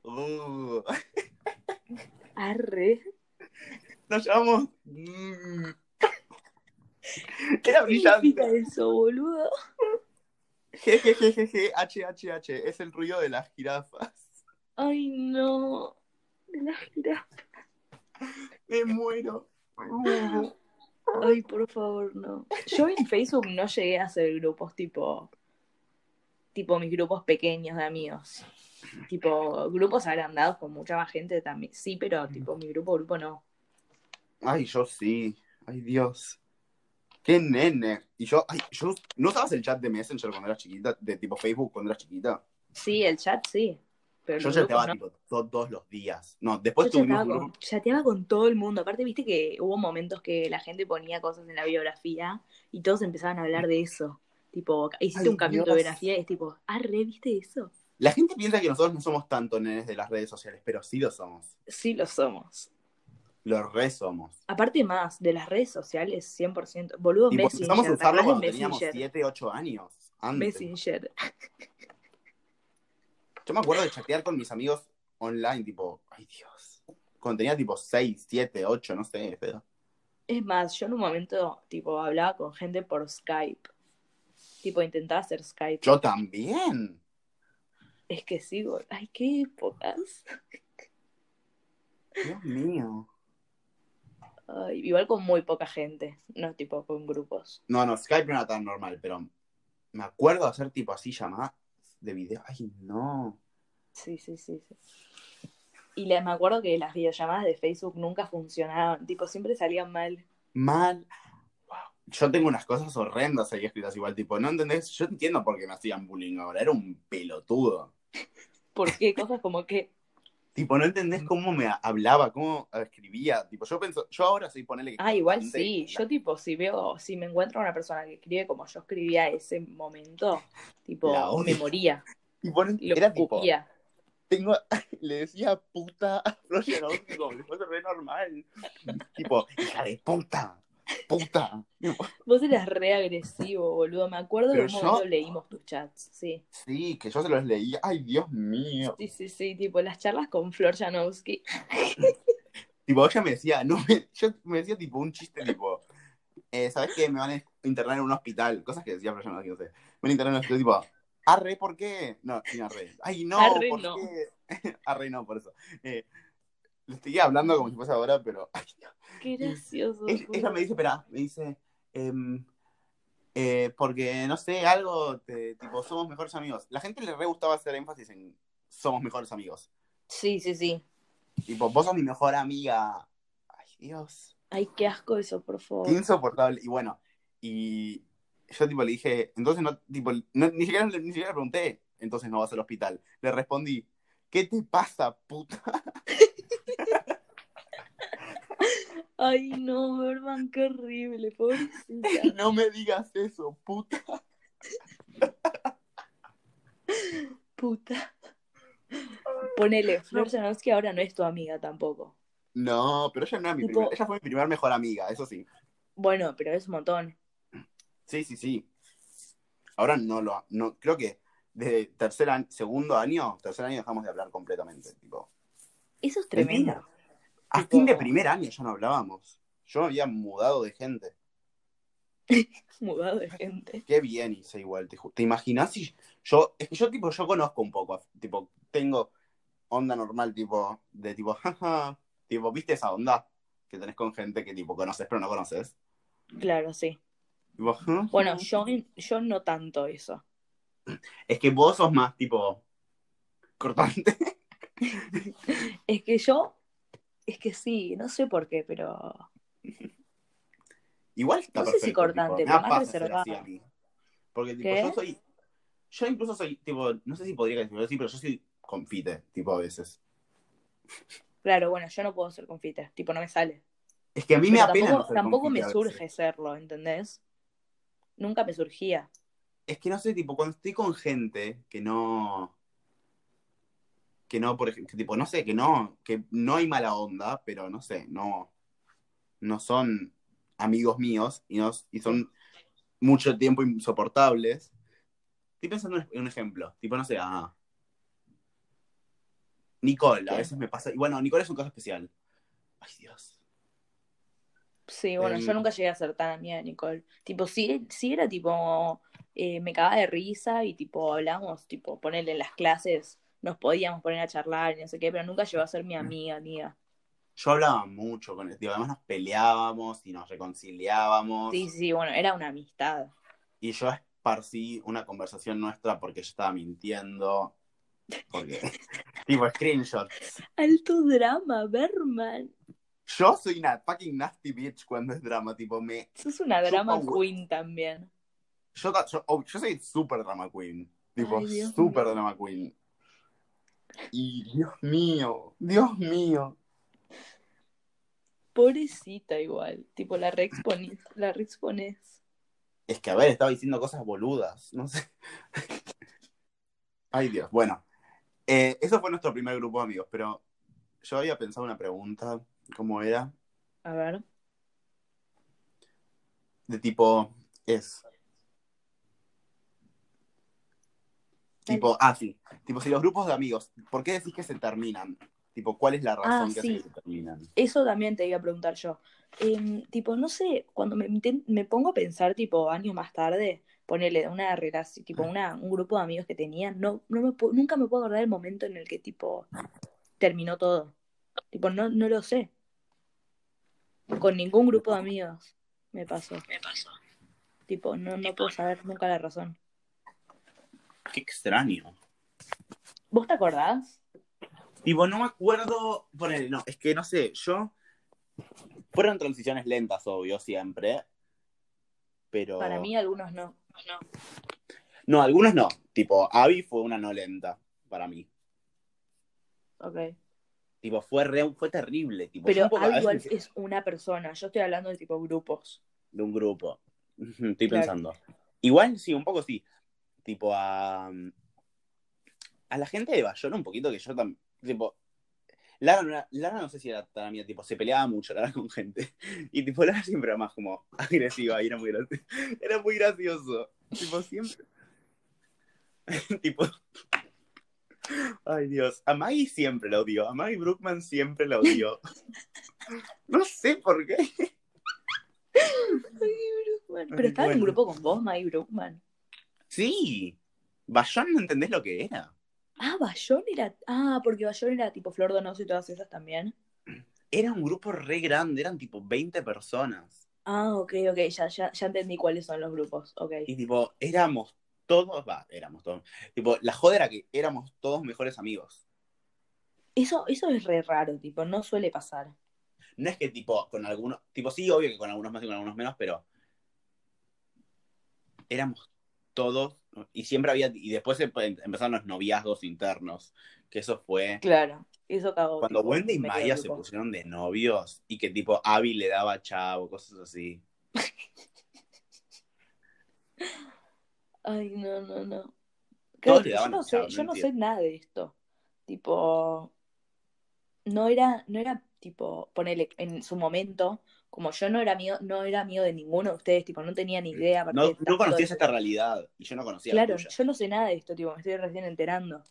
[SPEAKER 1] Uh,
[SPEAKER 2] Arre.
[SPEAKER 1] nos llamamos. Era
[SPEAKER 2] ¿Qué significa
[SPEAKER 1] brillante.
[SPEAKER 2] eso, boludo?
[SPEAKER 1] Jejejeje, H, H, H. Es el ruido de las jirafas.
[SPEAKER 2] Ay, no. De la gira.
[SPEAKER 1] Me muero. Uh.
[SPEAKER 2] Ay, por favor, no. Yo en Facebook no llegué a hacer grupos tipo. Tipo mis grupos pequeños de amigos. Tipo, grupos agrandados con mucha más gente también. Sí, pero tipo mi grupo, grupo no.
[SPEAKER 1] Ay, yo sí. Ay, Dios. Qué nene. Y yo, ay, yo, ¿no usabas el chat de Messenger cuando eras chiquita? De tipo Facebook cuando eras chiquita.
[SPEAKER 2] Sí, el chat sí. Pero
[SPEAKER 1] Yo
[SPEAKER 2] los
[SPEAKER 1] chateaba
[SPEAKER 2] grupos no.
[SPEAKER 1] tipo todos los días. No, después
[SPEAKER 2] Yo
[SPEAKER 1] tuvimos
[SPEAKER 2] chateaba
[SPEAKER 1] un
[SPEAKER 2] con,
[SPEAKER 1] grupo.
[SPEAKER 2] chateaba con todo el mundo. Aparte, viste que hubo momentos que la gente ponía cosas en la biografía y todos empezaban a hablar de eso. Tipo, hiciste
[SPEAKER 1] Ay,
[SPEAKER 2] un cambio de
[SPEAKER 1] Dios.
[SPEAKER 2] biografía y es tipo, arre, ¿viste eso?
[SPEAKER 1] La gente piensa que nosotros no somos tanto nenes de las redes sociales, pero sí lo somos.
[SPEAKER 2] Sí, lo somos.
[SPEAKER 1] Lo re somos.
[SPEAKER 2] Aparte más, de las redes sociales, 100%. Boludo,
[SPEAKER 1] Y pues empezamos
[SPEAKER 2] Messenger. ¿te
[SPEAKER 1] a
[SPEAKER 2] acordás
[SPEAKER 1] usarlo
[SPEAKER 2] de
[SPEAKER 1] cuando teníamos
[SPEAKER 2] Messenger?
[SPEAKER 1] 7, 8 años. Antes.
[SPEAKER 2] Messenger.
[SPEAKER 1] Yo me acuerdo de chatear con mis amigos online, tipo, ay Dios. Cuando tenía tipo 6, 7, 8, no sé, pedo.
[SPEAKER 2] Es más, yo en un momento, tipo, hablaba con gente por Skype. Tipo, intentaba hacer Skype.
[SPEAKER 1] Yo también.
[SPEAKER 2] Es que sí, bol- Ay, qué épocas.
[SPEAKER 1] Dios mío.
[SPEAKER 2] Ay, igual con muy poca gente. No, tipo, con grupos.
[SPEAKER 1] No, no, Skype no era tan normal, pero me acuerdo hacer tipo así llamadas de video. Ay, no.
[SPEAKER 2] Sí, sí, sí, sí. Y la- me acuerdo que las videollamadas de Facebook nunca funcionaban, tipo, siempre salían mal.
[SPEAKER 1] Mal. Wow. Yo tengo unas cosas horrendas ahí escritas igual, tipo, ¿no entendés? Yo entiendo por qué me hacían bullying ahora, era un pelotudo.
[SPEAKER 2] ¿Por qué? Cosas como que,
[SPEAKER 1] Tipo, no
[SPEAKER 2] Mm.
[SPEAKER 1] entendés cómo me hablaba, cómo escribía. Tipo, yo pienso, yo ahora soy ponerle que.
[SPEAKER 2] ah, igual
[SPEAKER 1] gente-
[SPEAKER 2] sí, yo tipo, si veo, si me encuentro a una persona que escribe como yo escribía ese momento,
[SPEAKER 1] La
[SPEAKER 2] tipo,
[SPEAKER 1] odio.
[SPEAKER 2] me moría,
[SPEAKER 1] tipo, no-
[SPEAKER 2] lo
[SPEAKER 1] era tipo,
[SPEAKER 2] escupía.
[SPEAKER 1] tengo, le decía puta a Flor Yanowski como si fuese re normal. tipo, hija de puta, puta.
[SPEAKER 2] Vos eras re agresivo, boludo, me acuerdo que
[SPEAKER 1] Pero
[SPEAKER 2] un
[SPEAKER 1] yo-
[SPEAKER 2] momento leímos tus chats, sí.
[SPEAKER 1] Sí, que yo se los leía. Ay, Dios mío.
[SPEAKER 2] Sí, sí, sí, tipo, las charlas con Flor Janowski.
[SPEAKER 1] Tipo, ella me decía, no me, yo me decía tipo un chiste tipo, eh, ¿sabes qué? Me van a internar en un hospital. Cosas que decía, pero yo no, no sé. Me van a internar en un hospital tipo, arre, ¿por qué? No, ni arre. Ay, no,
[SPEAKER 2] Arre,
[SPEAKER 1] ¿por
[SPEAKER 2] no.
[SPEAKER 1] qué? Arre, no, por eso. Eh, le estoy hablando como si fuese ahora, pero... ay, Dios.
[SPEAKER 2] Qué gracioso.
[SPEAKER 1] Ella, ella
[SPEAKER 2] boludo.
[SPEAKER 1] me dice, espera, me dice, em, eh, porque no sé, algo, te- tipo, somos mejores amigos. La gente le re gustaba hacer énfasis en somos mejores amigos.
[SPEAKER 2] Sí, sí, sí.
[SPEAKER 1] Tipo, vos sos mi mejor amiga. Ay, Dios.
[SPEAKER 2] Ay, qué asco eso, por favor.
[SPEAKER 1] Qué insoportable. Y bueno, y yo tipo le dije, entonces no, tipo, no- ni, siquiera, ni siquiera le pregunté, entonces no vas al hospital. Le respondí, ¿qué te pasa, puta?
[SPEAKER 2] Ay, no, Berman, qué horrible, pobrecita.
[SPEAKER 1] No me digas eso, puta.
[SPEAKER 2] Puta. Ponele, Flor Janowski ahora no es tu amiga tampoco.
[SPEAKER 1] No, pero ella no era mi
[SPEAKER 2] Tipo-
[SPEAKER 1] primer- ella fue mi primer mejor amiga, eso sí.
[SPEAKER 2] Bueno, pero es un montón.
[SPEAKER 1] Sí, sí, sí. Ahora no lo, no, creo que desde tercer año, segundo año, tercer año dejamos de hablar completamente, tipo.
[SPEAKER 2] Eso es tremendo.
[SPEAKER 1] Mentira. A
[SPEAKER 2] Tipo-
[SPEAKER 1] fin de primer año ya no hablábamos. Yo me había mudado de gente.
[SPEAKER 2] Mudado de gente.
[SPEAKER 1] Qué bien hice igual, te, ju- ¿te imaginas si yo, es que yo tipo, yo conozco un poco, tipo, tengo onda normal, tipo, de tipo, jaja, tipo, ¿viste esa onda que tenés con gente que tipo conoces pero no conoces?
[SPEAKER 2] Claro, sí.
[SPEAKER 1] Tipo, "Ja,
[SPEAKER 2] Bueno,
[SPEAKER 1] ja".
[SPEAKER 2] yo, yo no tanto eso.
[SPEAKER 1] es que vos sos más tipo cortante.
[SPEAKER 2] Es que yo, es que sí, no sé por qué, pero
[SPEAKER 1] Igual está
[SPEAKER 2] No sé si
[SPEAKER 1] perfecto, tipo,
[SPEAKER 2] cortante,
[SPEAKER 1] me
[SPEAKER 2] pero
[SPEAKER 1] da
[SPEAKER 2] más
[SPEAKER 1] paz hacer
[SPEAKER 2] reservada.
[SPEAKER 1] así a mí. Porque tipo,
[SPEAKER 2] ¿Qué?
[SPEAKER 1] yo soy, yo incluso soy, tipo, no sé si podría decirlo así, pero yo soy confite, tipo a veces.
[SPEAKER 2] claro, bueno, yo no puedo ser confite. Tipo, no me sale.
[SPEAKER 1] Es que a mí me
[SPEAKER 2] Pero
[SPEAKER 1] apena
[SPEAKER 2] tampoco,
[SPEAKER 1] no ser
[SPEAKER 2] tampoco
[SPEAKER 1] confite
[SPEAKER 2] me
[SPEAKER 1] a veces.
[SPEAKER 2] surge serlo, ¿entendés? Nunca me surgía.
[SPEAKER 1] Es que no sé, tipo, cuando estoy con gente que no. Que no, por ejemplo, tipo, no sé, que no, que no hay mala onda, pero no sé, no. No son amigos míos y, no, y son mucho tiempo insoportables. Estoy pensando en un ejemplo. Tipo, no sé, ah. Nicole, a
[SPEAKER 2] ¿Qué?
[SPEAKER 1] veces me pasa. Y bueno, Nicole es un caso especial. Ay, Dios.
[SPEAKER 2] Sí, bueno, yo
[SPEAKER 1] Em.
[SPEAKER 2] nunca llegué a ser tan amiga de Nicole. Tipo, sí, sí era tipo, eh, me cagaba de risa y tipo hablamos, tipo, ponerle en las clases, nos podíamos poner a charlar y no sé qué, pero nunca llegó a ser mi amiga, amiga.
[SPEAKER 1] Yo hablaba mucho con él. Digo, además nos peleábamos y nos reconciliábamos.
[SPEAKER 2] Sí, sí, bueno, era una amistad.
[SPEAKER 1] Y yo esparcí una conversación nuestra porque yo estaba mintiendo. Porque, tipo, screenshots.
[SPEAKER 2] Alto drama, Berman.
[SPEAKER 1] Yo soy una fucking nasty bitch cuando es drama. Tipo, me.
[SPEAKER 2] Sos una
[SPEAKER 1] Yo
[SPEAKER 2] drama
[SPEAKER 1] pongo-
[SPEAKER 2] queen también.
[SPEAKER 1] Yo, ta- yo, oh, yo soy super drama queen. Tipo,
[SPEAKER 2] Ay, Dios
[SPEAKER 1] super
[SPEAKER 2] mío.
[SPEAKER 1] drama queen. Y Dios mío, Dios mío.
[SPEAKER 2] Pobrecita igual. Tipo, la reexpones. La reexpones.
[SPEAKER 1] Es que, a ver, estaba diciendo cosas boludas. No sé. Ay, Dios. Bueno, eh, eso fue nuestro primer grupo de amigos, pero yo había pensado una pregunta, ¿cómo era?
[SPEAKER 2] A ver.
[SPEAKER 1] De tipo, es.
[SPEAKER 2] Dale.
[SPEAKER 1] Tipo, ah, sí. Tipo, si los grupos de amigos, ¿por qué decís que se terminan? Tipo, ¿cuál es la razón
[SPEAKER 2] Ah,
[SPEAKER 1] que
[SPEAKER 2] sí.
[SPEAKER 1] hace que se terminan?
[SPEAKER 2] Eso también te iba a preguntar yo. Em, tipo, no sé, cuando me, inten- me pongo a pensar, tipo, años más tarde, ponerle una relación, tipo, una, un grupo de amigos que tenía, no, no me pu- nunca me puedo acordar del momento en el que, tipo, terminó todo. Tipo, no, no lo sé. Con ningún grupo de amigos me pasó.
[SPEAKER 1] Me pasó.
[SPEAKER 2] Tipo, no, no puedo saber nunca la razón.
[SPEAKER 1] Qué extraño.
[SPEAKER 2] ¿Vos te acordás?
[SPEAKER 1] Tipo, no me acuerdo. Ponele, no, es que no sé, yo. Fueron transiciones lentas, obvio, siempre. Pero.
[SPEAKER 2] Para mí algunos no.
[SPEAKER 1] No, algunos no. Tipo, Abby fue una no lenta para mí.
[SPEAKER 2] Ok.
[SPEAKER 1] Tipo, fue, re- fue terrible. Tipo, yo
[SPEAKER 2] Pero
[SPEAKER 1] un poco- a
[SPEAKER 2] Abby
[SPEAKER 1] veces
[SPEAKER 2] igual
[SPEAKER 1] me-
[SPEAKER 2] es una persona. Yo estoy hablando de tipo grupos.
[SPEAKER 1] de un grupo. Ujú, Estoy
[SPEAKER 2] Claro.
[SPEAKER 1] pensando. Igual sí, un poco sí. Tipo a. A la gente de Bayona un poquito que yo también. Tipo. Lara, no era- Lara no sé si era tan amiga, tipo, se peleaba mucho Lara con gente. Y tipo, Lara siempre era más como agresiva y era muy gracioso. Era muy gracioso. Tipo, siempre. tipo. Ay, Dios. A Maggie siempre la odió. A Maggie Brookman siempre la odió. no sé por qué.
[SPEAKER 2] Pero estaba en un
[SPEAKER 1] Bueno.
[SPEAKER 2] grupo con vos, Maggie Brookman.
[SPEAKER 1] Sí. Bayona no entendés lo que era.
[SPEAKER 2] Ah, Bayón era. Ah, porque Bayón era tipo Flor Donoso y todas esas también.
[SPEAKER 1] Era un grupo re grande, eran tipo 20 personas.
[SPEAKER 2] Ah, ok, ok, ya, ya, ya entendí cuáles son los grupos. Ok.
[SPEAKER 1] Y tipo, éramos todos, va, éramos todos. Tipo, la joda era que éramos todos mejores amigos.
[SPEAKER 2] Eso, eso es re raro, tipo, no suele pasar.
[SPEAKER 1] No es que tipo, con algunos, tipo, sí, obvio que con algunos más y con algunos menos, pero éramos todos, y siempre había, y después empe- empezaron los noviazgos internos, que eso fue
[SPEAKER 2] Claro. Eso cagó.
[SPEAKER 1] cuando
[SPEAKER 2] tipo,
[SPEAKER 1] Wendy y
[SPEAKER 2] me quedo
[SPEAKER 1] Maya
[SPEAKER 2] grupo.
[SPEAKER 1] se pusieron de novios y que tipo Abby le daba chavo, cosas así.
[SPEAKER 2] Ay, no, no, no.
[SPEAKER 1] Todos
[SPEAKER 2] Claro,
[SPEAKER 1] le
[SPEAKER 2] tipo, yo
[SPEAKER 1] daban
[SPEAKER 2] no
[SPEAKER 1] el
[SPEAKER 2] sé,
[SPEAKER 1] chavo, no
[SPEAKER 2] yo no sé
[SPEAKER 1] entiendo.
[SPEAKER 2] nada de esto. Tipo, no era, no era tipo, ponele, en su momento, como yo no era amigo, no era amigo de ninguno de ustedes, tipo, no tenía ni idea. aparte
[SPEAKER 1] No,
[SPEAKER 2] de
[SPEAKER 1] no
[SPEAKER 2] tanto
[SPEAKER 1] conocías
[SPEAKER 2] de-
[SPEAKER 1] esta realidad y yo no conocía
[SPEAKER 2] Claro,
[SPEAKER 1] la tuya.
[SPEAKER 2] yo no sé nada de esto, tipo, me estoy recién enterando.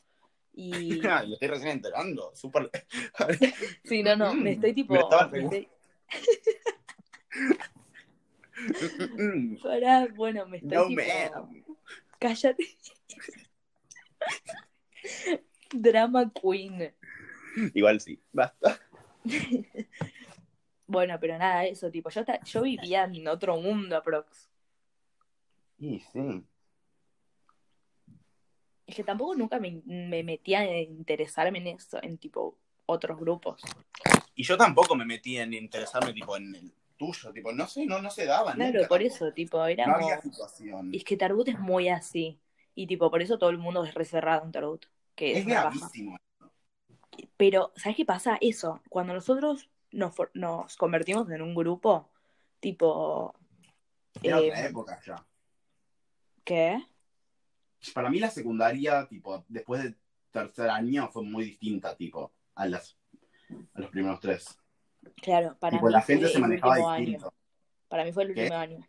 [SPEAKER 2] Y
[SPEAKER 1] Ah, me estoy recién enterando. Súper.
[SPEAKER 2] sí, no, no,
[SPEAKER 1] Mm,
[SPEAKER 2] me estoy tipo,
[SPEAKER 1] me estaba
[SPEAKER 2] me estoy,
[SPEAKER 1] Mm,
[SPEAKER 2] pará, bueno, me estoy
[SPEAKER 1] No
[SPEAKER 2] tipo,
[SPEAKER 1] man.
[SPEAKER 2] cállate. Drama queen.
[SPEAKER 1] Igual sí. Basta.
[SPEAKER 2] Bueno, pero nada, eso, tipo, yo ta- yo vivía en otro mundo, aprox.
[SPEAKER 1] Y sí.
[SPEAKER 2] Es que tampoco nunca me, me metía a interesarme en eso, en tipo otros grupos.
[SPEAKER 1] Y yo tampoco me metí en interesarme tipo en el tuyo. Tipo, no sé, no, no se daba.
[SPEAKER 2] Claro,
[SPEAKER 1] Ah, nunca.
[SPEAKER 2] por eso, tipo,
[SPEAKER 1] No
[SPEAKER 2] éramos.
[SPEAKER 1] había situación.
[SPEAKER 2] y Es que Tarbut es muy así. Y tipo, por eso todo el mundo es reserrado en Tarbut, que es,
[SPEAKER 1] Es
[SPEAKER 2] una paja.
[SPEAKER 1] gravísimo.
[SPEAKER 2] Pero, ¿sabes qué pasa? Eso, cuando nosotros nos, for- nos convertimos en un grupo, tipo,
[SPEAKER 1] Era
[SPEAKER 2] eh,
[SPEAKER 1] otra época ya.
[SPEAKER 2] ¿qué?
[SPEAKER 1] Para mí la secundaria, tipo, después del tercer año fue muy distinta, tipo, a las a los primeros tres.
[SPEAKER 2] Claro, para
[SPEAKER 1] Tipo,
[SPEAKER 2] mí
[SPEAKER 1] la
[SPEAKER 2] fue
[SPEAKER 1] gente se
[SPEAKER 2] el
[SPEAKER 1] manejaba
[SPEAKER 2] último año.
[SPEAKER 1] distinto.
[SPEAKER 2] Para mí fue el
[SPEAKER 1] ¿Qué?
[SPEAKER 2] último año.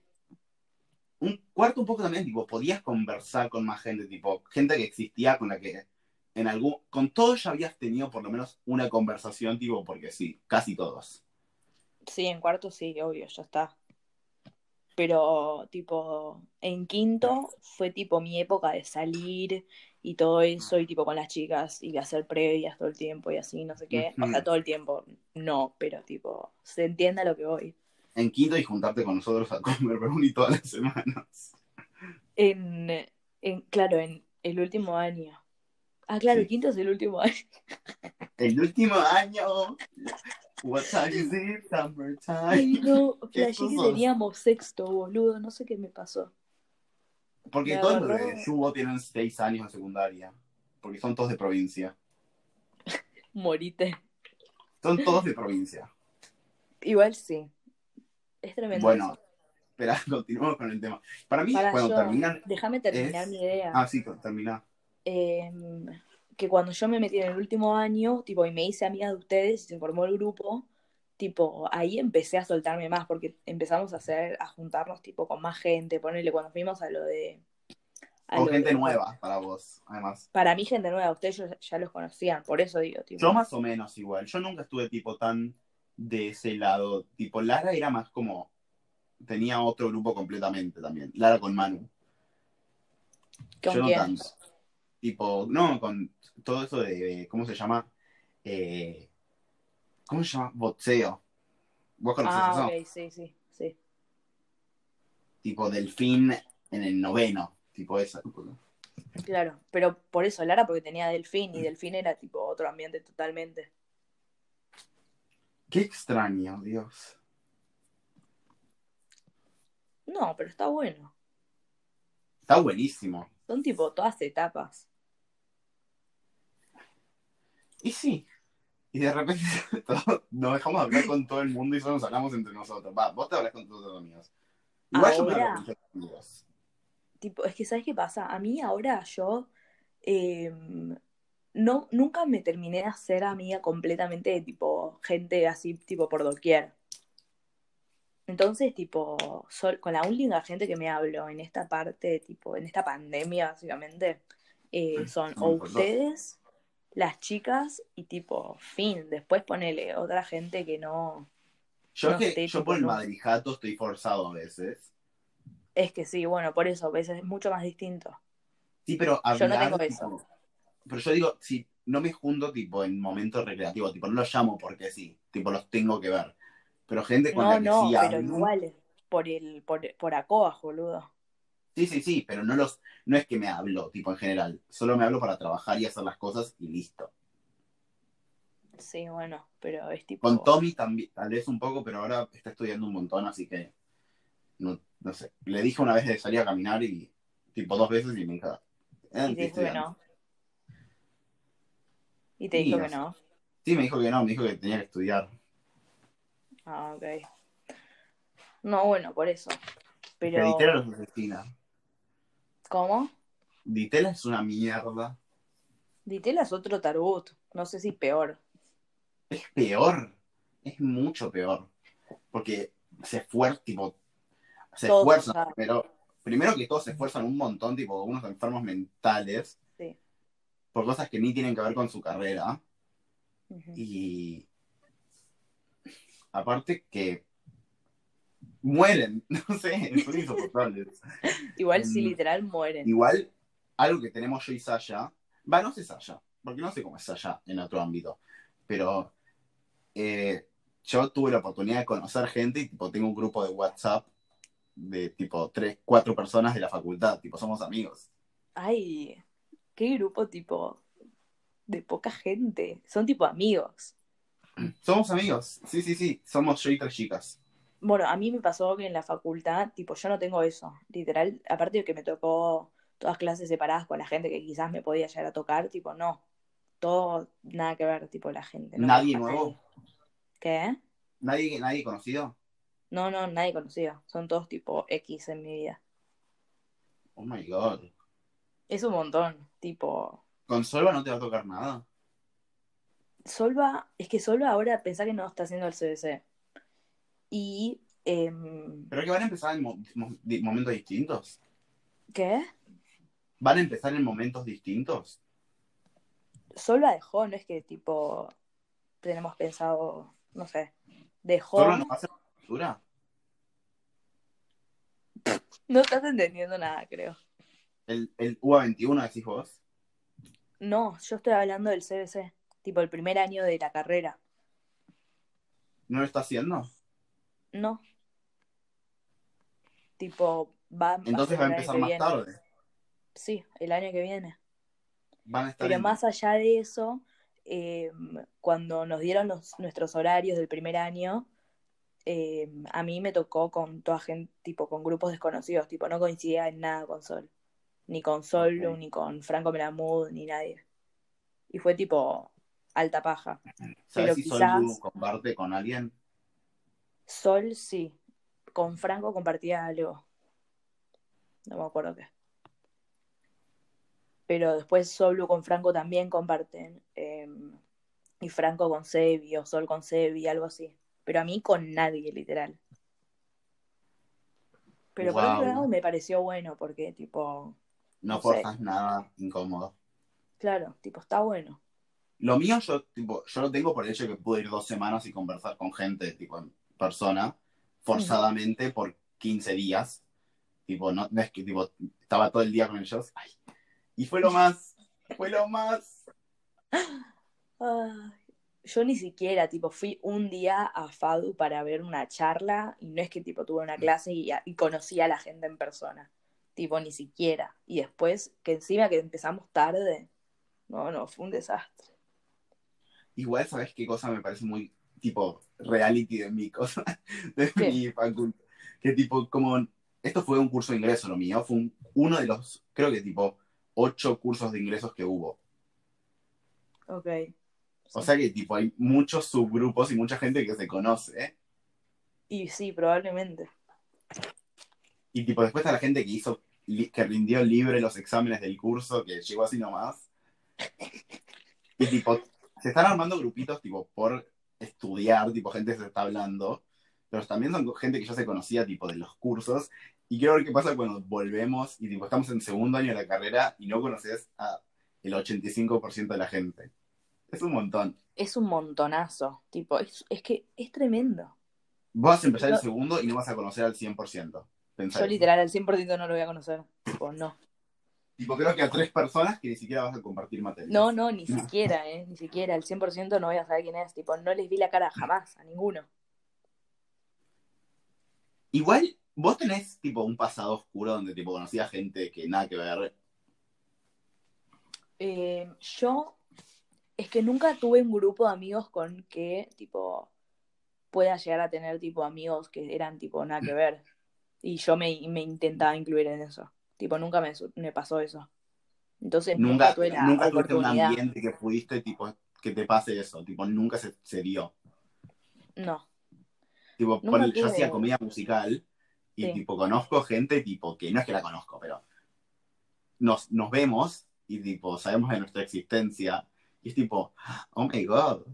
[SPEAKER 1] Un- Cuarto, un poco también, tipo, podías conversar con más gente, tipo, gente que existía con la que en algún. Con todos ya habías tenido por lo menos una conversación, tipo, porque sí, casi todos.
[SPEAKER 2] Sí, en cuarto sí, obvio, ya está. Pero, tipo, en quinto fue, tipo, mi época de salir y todo eso, y, tipo, con las chicas y hacer previas todo el tiempo y así, no sé qué. O sea, todo el tiempo, no, pero, tipo, se entiende a lo que voy.
[SPEAKER 1] En quinto y juntarte con nosotros a comer brownie todas las semanas.
[SPEAKER 2] En, eh, en claro, en el último año. Ah, claro, el quinto es el último año.
[SPEAKER 1] El último año. What time is it?
[SPEAKER 2] Ay,
[SPEAKER 1] Summertime.
[SPEAKER 2] no, flashé que
[SPEAKER 1] pasó?
[SPEAKER 2] teníamos sexto, boludo, no sé qué me pasó.
[SPEAKER 1] Porque
[SPEAKER 2] Me
[SPEAKER 1] todos los
[SPEAKER 2] agarró.
[SPEAKER 1] de Yubo tienen seis años de secundaria. Porque son todos de provincia.
[SPEAKER 2] Morite.
[SPEAKER 1] Son todos de provincia.
[SPEAKER 2] Igual sí. Es tremendo.
[SPEAKER 1] Bueno, espera, continuamos con el tema. Para mí,
[SPEAKER 2] Para
[SPEAKER 1] cuando
[SPEAKER 2] yo,
[SPEAKER 1] terminan.
[SPEAKER 2] déjame terminar
[SPEAKER 1] es-
[SPEAKER 2] mi idea.
[SPEAKER 1] Ah, sí, con- termina.
[SPEAKER 2] Eh, que cuando yo me metí en el último año, tipo, y me hice amiga de ustedes y se formó el grupo, tipo, ahí empecé a soltarme más, porque empezamos a hacer, a juntarnos, tipo, con más gente, ponerle cuando fuimos a lo de... a
[SPEAKER 1] Con
[SPEAKER 2] lo
[SPEAKER 1] gente
[SPEAKER 2] de-
[SPEAKER 1] nueva para vos, además.
[SPEAKER 2] Para mí, gente nueva, ustedes ya, ya los conocían, por eso digo, tipo.
[SPEAKER 1] Yo más o menos igual. Yo nunca estuve tipo tan de ese lado. Tipo, Lara era más como. Tenía otro grupo completamente también. Lara con Manu.
[SPEAKER 2] ¿Con
[SPEAKER 1] yo no
[SPEAKER 2] quién?
[SPEAKER 1] tanto. Tipo, no, con todo eso de. de- ¿Cómo se llama? Eh, ¿Cómo se llama? Boxeo. ¿Vos conocés
[SPEAKER 2] Ah,
[SPEAKER 1] eso?
[SPEAKER 2] ok, sí, sí, sí.
[SPEAKER 1] Tipo, Delfín en el noveno. Tipo, esa.
[SPEAKER 2] Claro, pero por eso Lara, porque tenía Delfín y
[SPEAKER 1] Mm.
[SPEAKER 2] Delfín era tipo otro ambiente totalmente.
[SPEAKER 1] Qué extraño, Dios.
[SPEAKER 2] No, pero está bueno.
[SPEAKER 1] Está buenísimo.
[SPEAKER 2] Son tipo todas etapas.
[SPEAKER 1] Y sí. Y de repente todo- nos dejamos de hablar con todo el mundo y solo nos hablamos entre nosotros. Va, vos te hablas con tus amigos. Igual yo me
[SPEAKER 2] Ahora.
[SPEAKER 1] hablo con mis amigos.
[SPEAKER 2] Tipo, es que ¿sabes qué pasa? A mí ahora yo eh, no, nunca me terminé de hacer amiga completamente de tipo gente así, tipo por doquier. Entonces, tipo, sol- con la única gente que me hablo en esta parte, tipo, en esta pandemia, básicamente, eh, son o
[SPEAKER 1] Somos los dos.
[SPEAKER 2] ustedes, las chicas y tipo, fin. Después ponele otra gente que no.
[SPEAKER 1] Yo
[SPEAKER 2] No
[SPEAKER 1] que
[SPEAKER 2] sé,
[SPEAKER 1] yo
[SPEAKER 2] tipo,
[SPEAKER 1] por el
[SPEAKER 2] no.
[SPEAKER 1] madrijato estoy forzado a veces.
[SPEAKER 2] Es que sí, bueno, por eso, a veces es mucho más distinto.
[SPEAKER 1] Sí, pero
[SPEAKER 2] Yo
[SPEAKER 1] hablar...
[SPEAKER 2] no tengo eso.
[SPEAKER 1] tipo, pero yo digo, si no me junto tipo en momentos recreativos, tipo no los llamo porque sí, tipo los tengo que ver. Pero gente con
[SPEAKER 2] No,
[SPEAKER 1] la que
[SPEAKER 2] no,
[SPEAKER 1] sí
[SPEAKER 2] pero
[SPEAKER 1] hablo-
[SPEAKER 2] igual, por el, por, por ACOA, boludo.
[SPEAKER 1] Sí, sí, sí, pero no los, no es que me hablo, tipo en general. Solo me hablo para trabajar y hacer las cosas y listo.
[SPEAKER 2] Sí, bueno, pero es tipo.
[SPEAKER 1] Con Tommy también, tal vez un poco, pero ahora está estudiando un montón, así que no, no sé. Le dije una vez de salir a caminar y tipo dos veces y me dijo, "Eh,
[SPEAKER 2] Y
[SPEAKER 1] estoy
[SPEAKER 2] te dijo que
[SPEAKER 1] estudiando".
[SPEAKER 2] no. Y te
[SPEAKER 1] Y
[SPEAKER 2] dijo
[SPEAKER 1] no
[SPEAKER 2] que
[SPEAKER 1] sé.
[SPEAKER 2] no.
[SPEAKER 1] Sí, me dijo que no, me dijo que tenía que estudiar.
[SPEAKER 2] Ah, ok. No, bueno, por eso.
[SPEAKER 1] Pero
[SPEAKER 2] Pero.
[SPEAKER 1] Ditela los asesina.
[SPEAKER 2] ¿Cómo?
[SPEAKER 1] Ditela es una mierda.
[SPEAKER 2] Ditela es otro tarbut. No sé si peor.
[SPEAKER 1] Es peor. Es mucho peor. Porque se esfuerza, tipo, se
[SPEAKER 2] Todos,
[SPEAKER 1] esfuerzan,
[SPEAKER 2] claro.
[SPEAKER 1] pero primero que todos se esfuerzan un montón, tipo, unos enfermos mentales,
[SPEAKER 2] Sí.
[SPEAKER 1] por cosas que ni tienen que ver con su carrera.
[SPEAKER 2] Ujú.
[SPEAKER 1] Y aparte que mueren, no sé, son insoportables.
[SPEAKER 2] Igual si
[SPEAKER 1] Mm.
[SPEAKER 2] literal mueren.
[SPEAKER 1] Igual, algo que tenemos yo y Sasha, va, no sé Sasha, porque no sé cómo es Sasha en otro ámbito, pero eh, yo tuve la oportunidad de conocer gente y tipo, tengo un grupo de WhatsApp de tipo tres, cuatro personas de la facultad, tipo, somos amigos.
[SPEAKER 2] Ay, qué grupo tipo. De poca gente. Son tipo amigos.
[SPEAKER 1] Somos amigos, sí, sí, sí, somos yo y tres chicas.
[SPEAKER 2] Bueno, a mí me pasó que en la facultad, tipo, yo no tengo eso, literal, aparte de que me tocó todas clases separadas con la gente que quizás me podía llegar a tocar, tipo, no, todo, nada que ver, tipo, la gente. no
[SPEAKER 1] Nadie
[SPEAKER 2] conozco a
[SPEAKER 1] nuevo,
[SPEAKER 2] nadie. ¿Qué?
[SPEAKER 1] nadie, nadie conocido.
[SPEAKER 2] No, no, nadie conocido, son todos tipo X en mi vida.
[SPEAKER 1] Oh my god.
[SPEAKER 2] Es un montón, tipo,
[SPEAKER 1] Con Solva no te va a tocar nada.
[SPEAKER 2] Solva, es que Solva ahora pensá que no está haciendo el CBC. Y em,
[SPEAKER 1] Pero que van a empezar en mo- mo- di- momentos distintos.
[SPEAKER 2] ¿Qué?
[SPEAKER 1] Van a empezar en momentos distintos.
[SPEAKER 2] Solo la dejó, no es que tipo tenemos pensado, no sé, dejó.
[SPEAKER 1] Solo nos hace la cultura.
[SPEAKER 2] No estás entendiendo nada, creo.
[SPEAKER 1] El, el UA21 decís vos.
[SPEAKER 2] No, yo estoy hablando del CBC, tipo el primer año de la carrera.
[SPEAKER 1] ¿No lo está haciendo?
[SPEAKER 2] No. Tipo, va a pasar
[SPEAKER 1] Entonces va a
[SPEAKER 2] el año
[SPEAKER 1] empezar
[SPEAKER 2] que
[SPEAKER 1] más
[SPEAKER 2] viene.
[SPEAKER 1] tarde.
[SPEAKER 2] Sí, el año que viene.
[SPEAKER 1] Van a estar
[SPEAKER 2] Pero
[SPEAKER 1] en-
[SPEAKER 2] más allá de eso, eh, cuando nos dieron los- nuestros horarios del primer año, eh, a mí me tocó con toda gente, tipo con grupos desconocidos, tipo no coincidía en nada con Sol, ni con Sol,
[SPEAKER 1] Ok.
[SPEAKER 2] ni con Franco Melamud, ni nadie. Y fue tipo alta paja.
[SPEAKER 1] ¿Sabes
[SPEAKER 2] pero
[SPEAKER 1] si
[SPEAKER 2] quizás-
[SPEAKER 1] Solu comparte con alguien?
[SPEAKER 2] Sol sí, con Franco compartía algo. No me acuerdo qué. Pero después Solu con Franco también comparten. eh, y Franco con Sebi o Sol con Sebi, algo así. Pero a mí con nadie, literal. Pero por
[SPEAKER 1] Guau.
[SPEAKER 2] otro lado me pareció bueno porque, tipo,
[SPEAKER 1] No
[SPEAKER 2] No sé.
[SPEAKER 1] forzas nada incómodo.
[SPEAKER 2] claro, tipo, está bueno.
[SPEAKER 1] Lo mío yo, tipo, yo lo tengo por el hecho de que pude ir dos semanas y conversar con gente, tipo, en persona, forzadamente por 15 días. Tipo, no, no es que, tipo, estaba todo el día con ellos. Ay. Y fue lo más, fue lo más.
[SPEAKER 2] Ay, yo ni siquiera, tipo, fui un día a FADU para ver una charla y no es que, tipo, tuve una clase y, y conocí a la gente en persona. Tipo, ni siquiera. Y después, que encima que empezamos tarde, no, no, fue un desastre.
[SPEAKER 1] Igual, ¿sabes qué cosa me parece muy, tipo, reality de mi cosa, de
[SPEAKER 2] ¿Qué?
[SPEAKER 1] mi facultad? Que, tipo, como, esto fue un curso de ingreso lo mío, fue un- uno de los, creo que, tipo, ocho cursos de ingresos que hubo.
[SPEAKER 2] Ok.
[SPEAKER 1] O sea que, tipo, hay muchos subgrupos y mucha gente que se conoce, ¿eh?
[SPEAKER 2] Y sí, probablemente.
[SPEAKER 1] Y tipo, después a la gente que hizo, li- que rindió libre los exámenes del curso, que llegó así nomás. Y tipo, se están armando grupitos tipo por estudiar, tipo gente se está hablando, pero también son gente que ya se conocía tipo de los cursos. Y quiero ver qué pasa cuando volvemos y tipo estamos en segundo año de la carrera y no conoces a el 85% de la gente. Es un montón.
[SPEAKER 2] Es un montonazo. Tipo, es, es que es tremendo.
[SPEAKER 1] Vos vas a empezar el
[SPEAKER 2] Yo-
[SPEAKER 1] segundo y no vas a conocer al 100%. Pensá
[SPEAKER 2] Yo
[SPEAKER 1] eso.
[SPEAKER 2] literal al 100% no lo voy a conocer. Tipo, no.
[SPEAKER 1] Tipo, creo que a tres personas que ni siquiera vas a compartir materia.
[SPEAKER 2] No, no, ni siquiera, ¿eh? Ni siquiera. Al 100% no voy a saber quién es. Tipo, no les vi la cara jamás a ninguno.
[SPEAKER 1] Igual, vos tenés tipo un pasado oscuro donde tipo conocías gente que nada que ver.
[SPEAKER 2] Eh, yo es que nunca tuve un grupo de amigos con que, tipo, pueda llegar a tener, tipo, amigos que eran, tipo, nada que ver. Y yo me, me intentaba incluir en eso. Tipo, nunca me, su- me pasó eso. Entonces, nunca,
[SPEAKER 1] Nunca,
[SPEAKER 2] tuve la
[SPEAKER 1] nunca tuviste un
[SPEAKER 2] oportunidad.
[SPEAKER 1] ambiente que pudiste, tipo, que te pase eso. Tipo, nunca se, se dio.
[SPEAKER 2] No.
[SPEAKER 1] Tipo,
[SPEAKER 2] Nunca
[SPEAKER 1] ponele, yo
[SPEAKER 2] tuve-
[SPEAKER 1] hacía comedia musical y
[SPEAKER 2] Sí.
[SPEAKER 1] tipo conozco gente tipo que no es que la conozco, pero nos, nos vemos y tipo sabemos de nuestra existencia. Y es tipo, oh my god.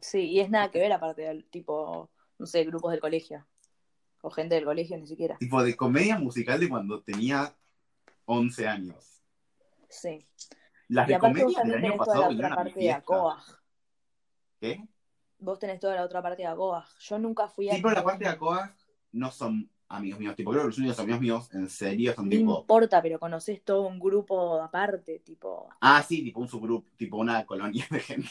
[SPEAKER 2] Sí, y es nada que ver aparte del tipo, no sé, grupos del colegio. O gente del colegio ni siquiera.
[SPEAKER 1] Tipo de comedia musical de cuando tenía 11 años.
[SPEAKER 2] Sí.
[SPEAKER 1] Las
[SPEAKER 2] Y
[SPEAKER 1] de
[SPEAKER 2] aparte vos
[SPEAKER 1] comedia del
[SPEAKER 2] también tenés
[SPEAKER 1] año
[SPEAKER 2] toda
[SPEAKER 1] pasado
[SPEAKER 2] la
[SPEAKER 1] vinieron
[SPEAKER 2] otra
[SPEAKER 1] a mi
[SPEAKER 2] parte de
[SPEAKER 1] fiesta.
[SPEAKER 2] ACOAG.
[SPEAKER 1] ¿Qué?
[SPEAKER 2] Vos tenés toda la otra parte de ACOAG. Yo nunca fui a...
[SPEAKER 1] Sí, pero la parte de ACOA no son amigos míos. Tipo, creo que los únicos amigos míos en serio son
[SPEAKER 2] No
[SPEAKER 1] tipo.
[SPEAKER 2] importa, pero conocés todo un grupo aparte, tipo...
[SPEAKER 1] Ah, sí, tipo un subgrupo, tipo una colonia de gente.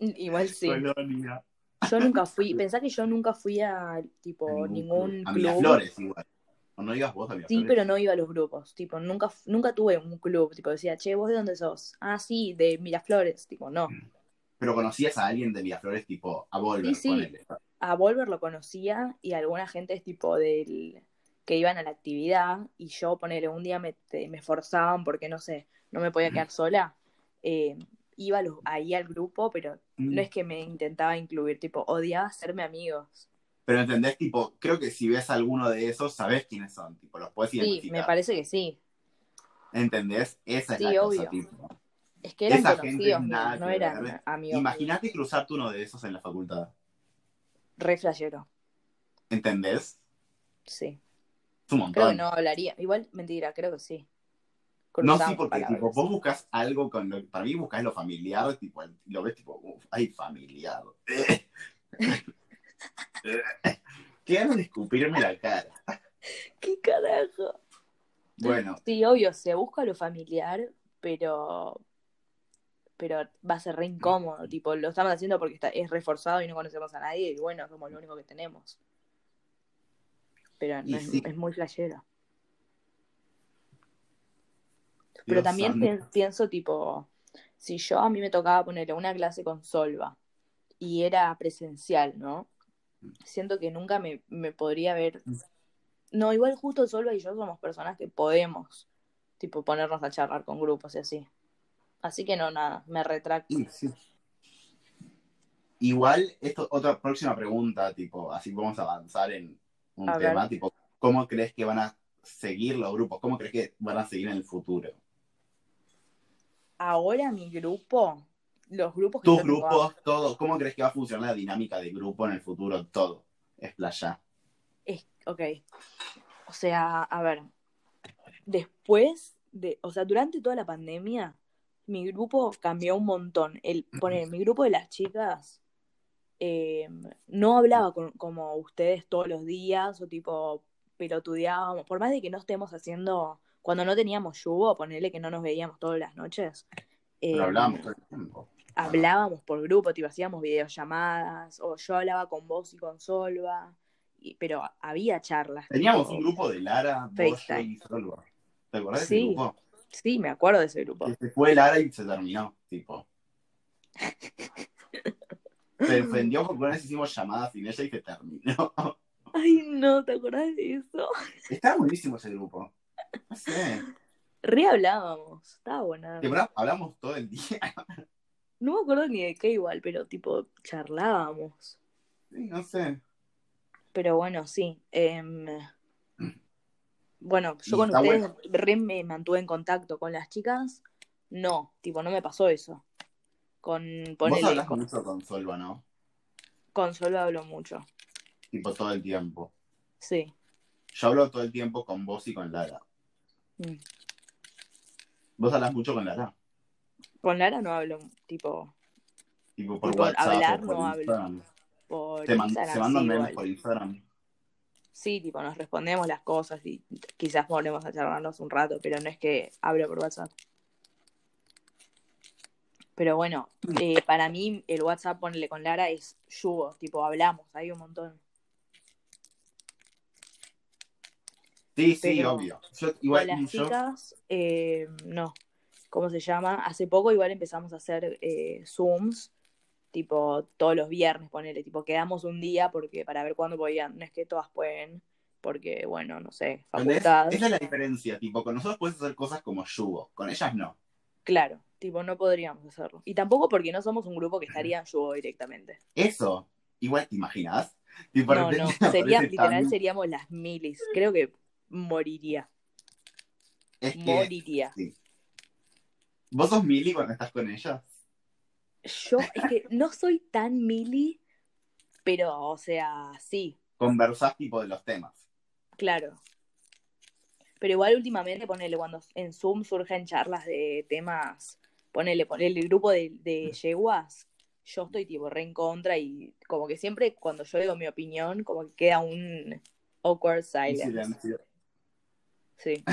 [SPEAKER 2] Igual sí.
[SPEAKER 1] Colonia.
[SPEAKER 2] Yo nunca fui... Pensá que yo nunca fui a, tipo, ningún
[SPEAKER 1] A
[SPEAKER 2] club.
[SPEAKER 1] Miraflores, igual. O no digas vos a Miraflores.
[SPEAKER 2] Sí, pero no iba a los grupos. Tipo, nunca, nunca tuve un club. Tipo, decía, che, ¿vos de dónde sos? Ah, sí, de Miraflores. Tipo, no.
[SPEAKER 1] Pero conocías a alguien de Miraflores, tipo, a Volver,
[SPEAKER 2] Sí, sí.
[SPEAKER 1] ponele.
[SPEAKER 2] a Volver lo conocía y alguna gente es tipo del que iban a la actividad y yo ponele un día me, te- me forzaban porque no sé, no me podía quedar sola, eh, iba a los- ahí al grupo, pero no
[SPEAKER 1] Mm.
[SPEAKER 2] es que me intentaba incluir, tipo, odiaba hacerme amigos.
[SPEAKER 1] Pero entendés, tipo, creo que si ves alguno de esos, sabés quiénes son. Tipo, los puedes
[SPEAKER 2] Sí, me
[SPEAKER 1] identificar.
[SPEAKER 2] parece que sí.
[SPEAKER 1] ¿Entendés? Esa es
[SPEAKER 2] Sí,
[SPEAKER 1] la
[SPEAKER 2] obvio.
[SPEAKER 1] cosa, tipo.
[SPEAKER 2] Es que eran
[SPEAKER 1] Esa gente
[SPEAKER 2] conocidos, míos,
[SPEAKER 1] nada
[SPEAKER 2] no
[SPEAKER 1] que
[SPEAKER 2] eran
[SPEAKER 1] ver.
[SPEAKER 2] amigos.
[SPEAKER 1] Imagínate cruzarte uno de esos en la facultad.
[SPEAKER 2] Re flashero.
[SPEAKER 1] ¿Entendés?
[SPEAKER 2] Sí.
[SPEAKER 1] Es un
[SPEAKER 2] Creo que
[SPEAKER 1] montón.
[SPEAKER 2] no hablaría. Igual, mentira, creo que sí.
[SPEAKER 1] No,
[SPEAKER 2] Cruzamos
[SPEAKER 1] sí, porque
[SPEAKER 2] palabras.
[SPEAKER 1] tipo, vos buscas algo con lo para mí buscas lo familiar, tipo, el- lo ves tipo, uff, ay, familiar. Te ganas de escupirme la cara.
[SPEAKER 2] ¿Qué carajo?
[SPEAKER 1] Bueno,
[SPEAKER 2] Sí, obvio, se busca lo familiar, pero. Pero va a ser re incómodo. Tipo, lo estamos haciendo porque está, es reforzado y no conocemos a nadie. Y bueno, somos lo único que tenemos. Pero no
[SPEAKER 1] Y
[SPEAKER 2] es,
[SPEAKER 1] sí.
[SPEAKER 2] es muy flashero. Pero
[SPEAKER 1] Dios
[SPEAKER 2] también
[SPEAKER 1] santo.
[SPEAKER 2] pien- pienso, tipo, si yo a mí me tocaba ponerle una clase con Solva y era presencial, ¿no? Siento que nunca me, me podría ver.
[SPEAKER 1] Mm.
[SPEAKER 2] No, igual justo Solva y yo somos personas que podemos, tipo, ponernos a charlar con grupos y así. Así que no, nada, me retracto.
[SPEAKER 1] Y sí. Igual, esto, otra próxima pregunta, tipo, así vamos a avanzar en un
[SPEAKER 2] A ver.
[SPEAKER 1] tema, tipo, ¿cómo crees que van a seguir los grupos? ¿Cómo crees que van a seguir en el futuro?
[SPEAKER 2] Ahora mi grupo, los grupos que
[SPEAKER 1] Tus
[SPEAKER 2] yo tengo
[SPEAKER 1] grupos, todo, ¿cómo crees que va a funcionar la dinámica de grupo en el futuro? Todo. Es playa.
[SPEAKER 2] Es, ok. O sea, a ver. Después de. O sea, durante toda la pandemia, mi grupo cambió un montón. El, poner, mi grupo de las chicas eh, no hablaba con- como ustedes todos los días, o tipo, pelotudeábamos. Por más de que no estemos haciendo. Cuando no teníamos yugo, ponerle que no nos veíamos todas las noches. eh,
[SPEAKER 1] Pero hablamos todo el tiempo.
[SPEAKER 2] hablábamos por grupo, tipo, hacíamos videollamadas, o yo hablaba con vos y con Solva, y- pero había charlas.
[SPEAKER 1] Teníamos
[SPEAKER 2] tipo.
[SPEAKER 1] un grupo de Lara, vos, yo y Solva. ¿Te acordás de
[SPEAKER 2] Sí.
[SPEAKER 1] ese grupo?
[SPEAKER 2] Sí, me acuerdo de ese grupo.
[SPEAKER 1] Que Se fue Lara y se terminó, tipo. Se defendió porque una vez hicimos llamadas sin ella y se terminó.
[SPEAKER 2] Ay, no, ¿te acordás de eso?
[SPEAKER 1] Estaba buenísimo ese grupo. No sé.
[SPEAKER 2] Re hablábamos, estaba buena.
[SPEAKER 1] De verdad, hablamos todo el día.
[SPEAKER 2] No me acuerdo ni de qué igual, pero tipo, charlábamos.
[SPEAKER 1] Sí, no sé.
[SPEAKER 2] Pero bueno, sí. em, bueno, yo
[SPEAKER 1] Y
[SPEAKER 2] con
[SPEAKER 1] está
[SPEAKER 2] ustedes re me mantuve en contacto. Con las chicas, no, tipo, no me pasó eso. Con,
[SPEAKER 1] Vos
[SPEAKER 2] ponele,
[SPEAKER 1] hablas
[SPEAKER 2] con,
[SPEAKER 1] mucho con Solva, ¿no?
[SPEAKER 2] con Solo hablo mucho.
[SPEAKER 1] Tipo todo el tiempo.
[SPEAKER 2] Sí.
[SPEAKER 1] Yo hablo todo el tiempo con vos y con Lara.
[SPEAKER 2] Mm.
[SPEAKER 1] Vos hablas mucho con Lara.
[SPEAKER 2] Con Lara no hablo, tipo,
[SPEAKER 1] Tipo por
[SPEAKER 2] Tipo,
[SPEAKER 1] WhatsApp
[SPEAKER 2] hablar
[SPEAKER 1] o por
[SPEAKER 2] no hablo.
[SPEAKER 1] Instagram.
[SPEAKER 2] por
[SPEAKER 1] Te man-
[SPEAKER 2] Instagram,
[SPEAKER 1] se mandan
[SPEAKER 2] sí,
[SPEAKER 1] memes
[SPEAKER 2] igual.
[SPEAKER 1] por Instagram.
[SPEAKER 2] Sí, tipo, nos respondemos las cosas y quizás volvemos a charlarnos un rato, pero no es que hablo por WhatsApp. Pero bueno,
[SPEAKER 1] Mm.
[SPEAKER 2] eh, para mí el WhatsApp ponerle con Lara es yugo, tipo, hablamos, hay un montón.
[SPEAKER 1] Sí, sí,
[SPEAKER 2] Pero-
[SPEAKER 1] obvio. Yo,
[SPEAKER 2] Con
[SPEAKER 1] igual,
[SPEAKER 2] las
[SPEAKER 1] yo,
[SPEAKER 2] chicas, eh, no, ¿cómo se llama? Hace poco igual empezamos a hacer eh, Zooms, tipo, todos los viernes, ponerle, tipo, quedamos un día porque para ver cuándo podían, no es que todas pueden, porque, bueno, no sé,
[SPEAKER 1] ¿entendés?
[SPEAKER 2] facultad.
[SPEAKER 1] Esa es la diferencia. Tipo, con nosotros puedes hacer cosas como yugo. Con ellas no.
[SPEAKER 2] Claro, tipo, no podríamos hacerlo. Y tampoco porque no somos un grupo que estaría en Yugo directamente.
[SPEAKER 1] Eso, igual te imaginas. Tipo, de
[SPEAKER 2] No, no,
[SPEAKER 1] repente aparece
[SPEAKER 2] sería, literal
[SPEAKER 1] Tami.
[SPEAKER 2] seríamos las milis. Creo que moriría,
[SPEAKER 1] Es que
[SPEAKER 2] moriría.
[SPEAKER 1] vos sos Mili cuando estás con ellas.
[SPEAKER 2] Yo, es que no soy tan mili, pero, o sea, sí,
[SPEAKER 1] Conversás tipo de los temas.
[SPEAKER 2] claro. Pero igual últimamente, ponele, cuando en Zoom surgen charlas de temas, ponele, ponele el grupo de, de
[SPEAKER 1] Mm.
[SPEAKER 2] yeguas, yo estoy tipo re en contra y como que siempre cuando yo digo mi opinión, como que queda un awkward
[SPEAKER 1] Un
[SPEAKER 2] silence.
[SPEAKER 1] silencio.
[SPEAKER 2] Sí.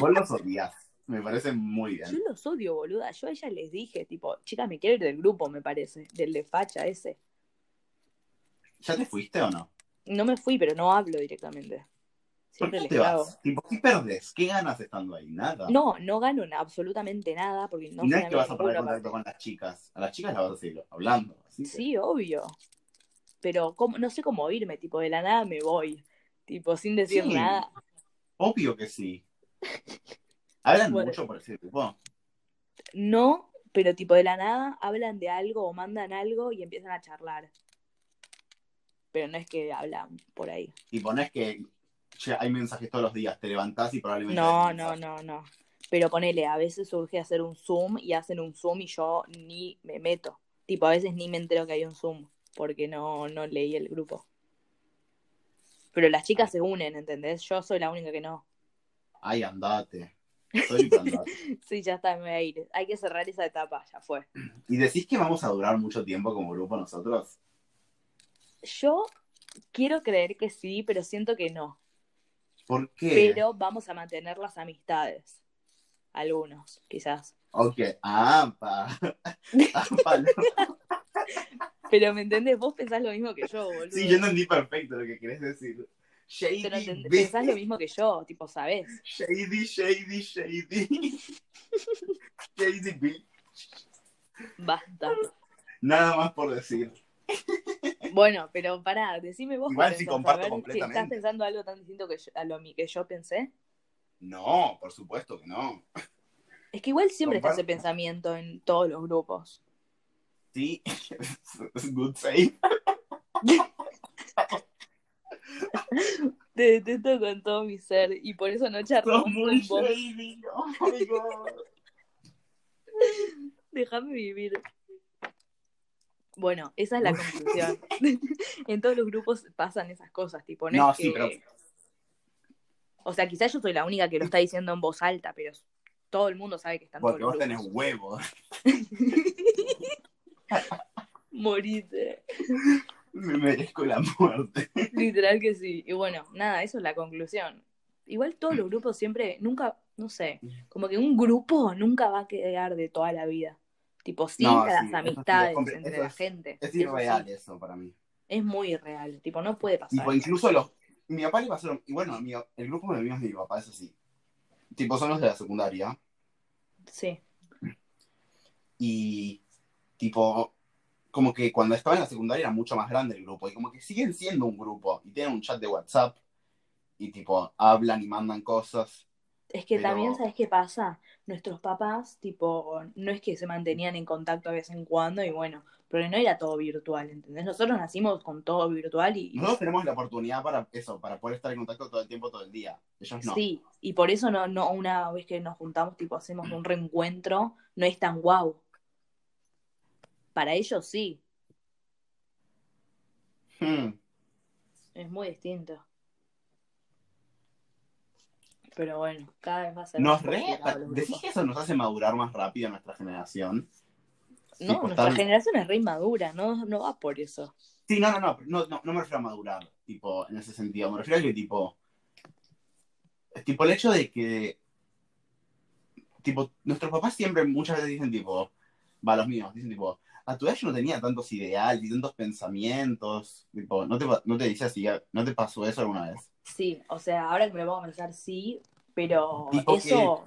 [SPEAKER 1] Vos los odias. Me parece muy
[SPEAKER 2] Yo
[SPEAKER 1] bien.
[SPEAKER 2] los odio, boluda. Yo a ella les dije, tipo, chicas, me quiero ir del grupo, me parece, del de facha ese.
[SPEAKER 1] ¿Ya te fuiste o no?
[SPEAKER 2] No me fui, pero no hablo directamente.
[SPEAKER 1] ¿Por
[SPEAKER 2] Siempre
[SPEAKER 1] qué
[SPEAKER 2] les
[SPEAKER 1] te
[SPEAKER 2] cago.
[SPEAKER 1] vas? Tipo, ¿qué perdés? ¿Qué ganas estando ahí? Nada.
[SPEAKER 2] No, no gano na- absolutamente nada porque no
[SPEAKER 1] y no
[SPEAKER 2] soy
[SPEAKER 1] es que
[SPEAKER 2] amiga
[SPEAKER 1] vas
[SPEAKER 2] de
[SPEAKER 1] a poner
[SPEAKER 2] ninguna
[SPEAKER 1] en contacto
[SPEAKER 2] parte.
[SPEAKER 1] con las chicas. A las chicas las vas a seguir hablando. así que-
[SPEAKER 2] Sí, obvio. Pero cómo- no sé cómo irme, tipo, de la nada me voy. Tipo, sin decir
[SPEAKER 1] Sí.
[SPEAKER 2] nada.
[SPEAKER 1] Obvio que sí. Hablan
[SPEAKER 2] Bueno.
[SPEAKER 1] mucho por ese grupo.
[SPEAKER 2] No, pero tipo, de la nada hablan de algo o mandan algo y empiezan a charlar. Pero no es que hablan por ahí.
[SPEAKER 1] Tipo, no es que che, hay mensajes todos los días. Te levantás y probablemente.
[SPEAKER 2] No,
[SPEAKER 1] hay
[SPEAKER 2] no,
[SPEAKER 1] mensajes.
[SPEAKER 2] no, no. Pero ponele, a veces surge hacer un Zoom y hacen un Zoom y yo ni me meto. Tipo, a veces ni me entero que hay un Zoom porque no, no leí el grupo. Pero las chicas se unen, ¿entendés? Yo soy la única que no.
[SPEAKER 1] Ay, andate. Soy un andate.
[SPEAKER 2] Sí, ya está, me voy a ir. Hay que cerrar esa etapa, ya fue.
[SPEAKER 1] ¿Y decís que vamos a durar mucho tiempo como grupo nosotros?
[SPEAKER 2] Yo quiero creer que sí, pero siento que no.
[SPEAKER 1] ¿Por qué?
[SPEAKER 2] Pero vamos a mantener las amistades. Algunos, quizás.
[SPEAKER 1] Ok, ampa. ampa no.
[SPEAKER 2] Pero ¿me entendés? Vos pensás lo mismo que yo, boludo.
[SPEAKER 1] Sí, yo entendí perfecto lo que querés decir. Shady,
[SPEAKER 2] Pero entend-
[SPEAKER 1] bitch.
[SPEAKER 2] pensás lo mismo que yo, tipo, ¿sabés?
[SPEAKER 1] shady, shady, shady. shady, bitch.
[SPEAKER 2] Basta.
[SPEAKER 1] Nada más por decir.
[SPEAKER 2] Bueno, pero pará, decime vos.
[SPEAKER 1] Igual
[SPEAKER 2] Lorenzo,
[SPEAKER 1] sí
[SPEAKER 2] a
[SPEAKER 1] comparto
[SPEAKER 2] ver Si
[SPEAKER 1] completamente.
[SPEAKER 2] estás pensando algo tan distinto que yo- a lo mi- que yo pensé.
[SPEAKER 1] No, por supuesto que no.
[SPEAKER 2] Es que igual siempre está
[SPEAKER 1] Comparto.
[SPEAKER 2] ese pensamiento en todos los grupos.
[SPEAKER 1] Sí, es good save.
[SPEAKER 2] Te detesto con todo mi ser y por eso no charlamos
[SPEAKER 1] Sos muy
[SPEAKER 2] con vos.
[SPEAKER 1] shady. Oh my god.
[SPEAKER 2] Déjame vivir. Bueno, esa es la conclusión. en todos los grupos pasan esas cosas, tipo, no,
[SPEAKER 1] No,
[SPEAKER 2] es que-
[SPEAKER 1] sí, pero
[SPEAKER 2] O sea, quizás yo soy la única que lo está diciendo en voz alta, pero todo el mundo sabe que están
[SPEAKER 1] porque
[SPEAKER 2] todos
[SPEAKER 1] vos
[SPEAKER 2] los
[SPEAKER 1] tenés
[SPEAKER 2] grupos.
[SPEAKER 1] huevos.
[SPEAKER 2] Morite.
[SPEAKER 1] Me merezco la muerte.
[SPEAKER 2] Literal que sí. Y bueno, nada, eso es la conclusión. Igual todos los grupos siempre, nunca, no sé, como que un grupo nunca va a quedar de toda la vida. Tipo, siempre
[SPEAKER 1] sí,
[SPEAKER 2] las
[SPEAKER 1] eso sí,
[SPEAKER 2] amistades
[SPEAKER 1] es comple-
[SPEAKER 2] entre
[SPEAKER 1] eso
[SPEAKER 2] la
[SPEAKER 1] es-
[SPEAKER 2] gente.
[SPEAKER 1] Es
[SPEAKER 2] Eso
[SPEAKER 1] irreal
[SPEAKER 2] sí,
[SPEAKER 1] eso para mí.
[SPEAKER 2] es muy irreal. Tipo, no puede pasar.
[SPEAKER 1] Tipo, incluso los. Mi papá le pasó. lo- Y bueno, mi- el grupo de amigos de mi papá, eso sí. Tipo, son los de la secundaria.
[SPEAKER 2] Sí.
[SPEAKER 1] Y tipo, como que cuando estaba en la secundaria era mucho más grande el grupo. Y como que siguen siendo un grupo. Y tienen un chat de WhatsApp. Y tipo, hablan y mandan cosas.
[SPEAKER 2] Es que
[SPEAKER 1] Pero-
[SPEAKER 2] también, ¿sabes qué pasa? Nuestros papás, tipo, no es que se mantenían en contacto de vez en cuando y bueno, pero no era todo virtual, ¿entendés? Nosotros nacimos con todo virtual y, y
[SPEAKER 1] Nosotros tenemos la oportunidad para eso, para poder estar en contacto todo el tiempo, todo el día. Ellos no.
[SPEAKER 2] Sí, y por eso no, no una vez que nos juntamos, tipo hacemos un reencuentro, no es tan guau. Para ellos sí,
[SPEAKER 1] Hmm.
[SPEAKER 2] es muy distinto. Pero bueno, cada vez va a ser más
[SPEAKER 1] Nos re.
[SPEAKER 2] complicado los
[SPEAKER 1] ¿Decís
[SPEAKER 2] grupos.
[SPEAKER 1] que eso nos hace madurar más rápido a nuestra generación?
[SPEAKER 2] No,
[SPEAKER 1] tipo,
[SPEAKER 2] nuestra
[SPEAKER 1] están-
[SPEAKER 2] generación es re inmadura, no, no va por eso.
[SPEAKER 1] Sí, no, no, no, no, no, no me refiero a madurar, tipo, en ese sentido. Me refiero a que, tipo, es tipo el hecho de que, tipo, nuestros papás siempre muchas veces dicen, tipo, va, los míos, dicen, tipo, a tu edad yo no tenía tantos ideales y tantos pensamientos, tipo, ¿no te, pa- no te dice así, no te pasó eso alguna vez?
[SPEAKER 2] Sí, o sea, ahora que me lo pongo a pensar, sí, pero
[SPEAKER 1] Tipo
[SPEAKER 2] eso,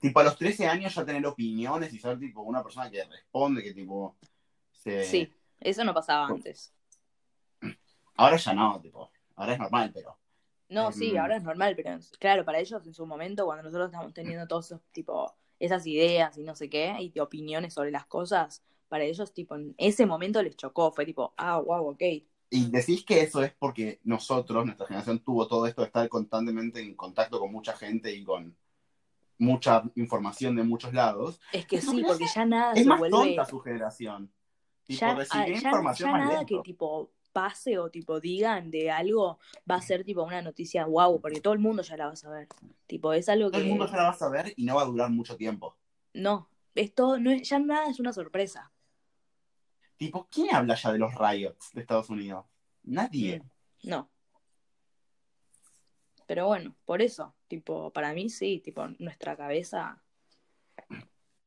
[SPEAKER 1] Tipo, a los 13 años ya tener opiniones y ser, tipo, una persona que responde, que, tipo, se...
[SPEAKER 2] sí, eso no pasaba antes.
[SPEAKER 1] Ahora ya no, tipo, ahora es normal, pero...
[SPEAKER 2] No, sí,
[SPEAKER 1] Em.
[SPEAKER 2] ahora es normal, pero en- claro, para ellos en su momento, cuando nosotros estamos teniendo todos esos, tipo, esas ideas y no sé qué, y de opiniones sobre las cosas, para ellos, tipo, en ese momento les chocó, fue tipo, ah, wow, ok.
[SPEAKER 1] Y decís que eso es porque nosotros, nuestra generación, tuvo todo esto de estar constantemente en contacto con mucha gente y con mucha información de muchos lados.
[SPEAKER 2] Es que
[SPEAKER 1] Eso
[SPEAKER 2] sí,
[SPEAKER 1] que
[SPEAKER 2] porque ya nada
[SPEAKER 1] Es
[SPEAKER 2] Ah, se
[SPEAKER 1] más
[SPEAKER 2] vuelve,
[SPEAKER 1] tonta su generación. Tipo,
[SPEAKER 2] ya, ah,
[SPEAKER 1] recibir
[SPEAKER 2] ya-
[SPEAKER 1] información
[SPEAKER 2] ya
[SPEAKER 1] más
[SPEAKER 2] nada
[SPEAKER 1] lento.
[SPEAKER 2] que tipo pase o tipo digan de algo va a ser tipo una noticia wow, porque todo el mundo ya la va a saber. Tipo, es algo
[SPEAKER 1] Todo el
[SPEAKER 2] que
[SPEAKER 1] mundo ya la va a saber y no va a durar mucho tiempo.
[SPEAKER 2] no, es todo, no es- ya nada es una sorpresa.
[SPEAKER 1] Tipo, ¿quién habla ya de los riots de Estados Unidos? Nadie.
[SPEAKER 2] Mm, No. Pero bueno, por eso, tipo, para mí sí, tipo, nuestra cabeza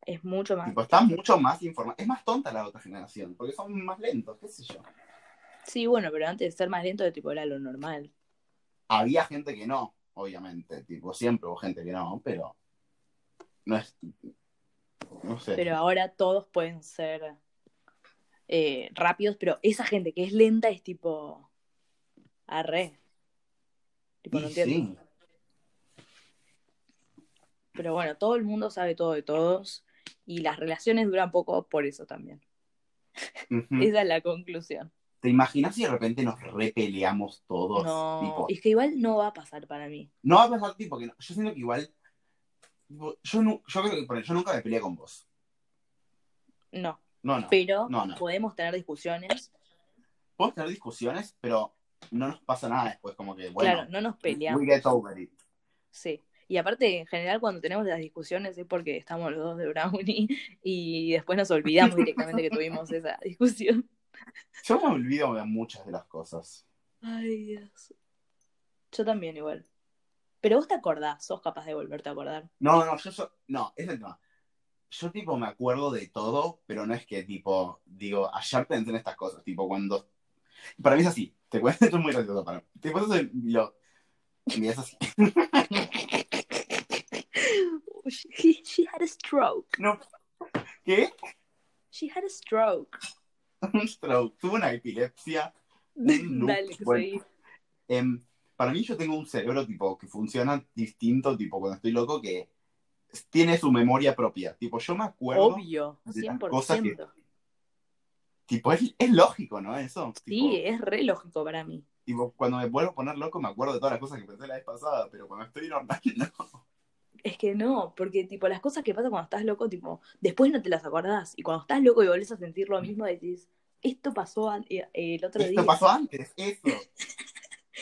[SPEAKER 2] es mucho más.
[SPEAKER 1] Tipo, está mucho más informada. Es más tonta la otra generación, porque son más lentos, qué sé yo.
[SPEAKER 2] Sí, bueno, pero antes de ser más lento, de tipo, era lo normal.
[SPEAKER 1] Había gente que no, obviamente. Tipo, siempre hubo gente que no, pero... No es... No sé.
[SPEAKER 2] Pero ahora todos pueden ser eh, rápidos, pero esa gente que es lenta es tipo. Arre. Tipo, no
[SPEAKER 1] Y
[SPEAKER 2] entiendo.
[SPEAKER 1] sí.
[SPEAKER 2] Pero bueno, todo el mundo sabe todo de todos y las relaciones duran poco por eso también.
[SPEAKER 1] Ujú.
[SPEAKER 2] Esa es la conclusión.
[SPEAKER 1] ¿Te imaginas si de repente nos repeleamos todos?
[SPEAKER 2] No,
[SPEAKER 1] Tipo,
[SPEAKER 2] es que igual no va a pasar para mí.
[SPEAKER 1] no va a pasar tipo que no. Yo siento que igual. tipo, yo, nu- yo creo que por yo nunca me peleé con vos.
[SPEAKER 2] No,
[SPEAKER 1] No, no.
[SPEAKER 2] pero
[SPEAKER 1] No, no.
[SPEAKER 2] podemos tener discusiones.
[SPEAKER 1] Podemos tener discusiones, pero no nos pasa nada después, como que, bueno,
[SPEAKER 2] claro, no nos peleamos.
[SPEAKER 1] we get over it.
[SPEAKER 2] Sí. Y aparte, en general, cuando tenemos las discusiones es porque estamos los dos de Brownie y después nos olvidamos directamente que tuvimos esa discusión.
[SPEAKER 1] Yo me olvido de muchas de las cosas.
[SPEAKER 2] Ay, Dios. Yo también igual. Pero vos te acordás, sos capaz de volverte a acordar.
[SPEAKER 1] No, no, yo so- no, ese es el tema. Yo tipo me acuerdo de todo, pero no es que tipo, digo, ayer pensé en estas cosas, tipo cuando... Para mí es así, te cuento, esto es muy gracioso para mí. Te cuento eso y lo... y es así.
[SPEAKER 2] She, he- she had a stroke.
[SPEAKER 1] ¿Qué?
[SPEAKER 2] She had a stroke.
[SPEAKER 1] Un stroke, tuve una epilepsia. No,
[SPEAKER 2] Dale, que
[SPEAKER 1] bueno.
[SPEAKER 2] seguí.
[SPEAKER 1] Em, para mí yo tengo un cerebro tipo que funciona distinto, tipo cuando estoy loco, que tiene su memoria propia. Tipo, yo me acuerdo,
[SPEAKER 2] Obvio,
[SPEAKER 1] de las cosas que-
[SPEAKER 2] 100%.
[SPEAKER 1] tipo, es, es lógico, ¿no? Eso. tipo,
[SPEAKER 2] Sí, es re lógico para mí.
[SPEAKER 1] Tipo, cuando me vuelvo a poner loco me acuerdo de todas las cosas que pensé la vez pasada, pero cuando estoy normal no.
[SPEAKER 2] Es que no, porque tipo las cosas que pasan cuando estás loco, tipo, después no te las acordás. Y cuando estás loco y volvés a sentir lo mismo, decís, esto pasó an- eh, el otro
[SPEAKER 1] Esto
[SPEAKER 2] día.
[SPEAKER 1] pasó antes, eso.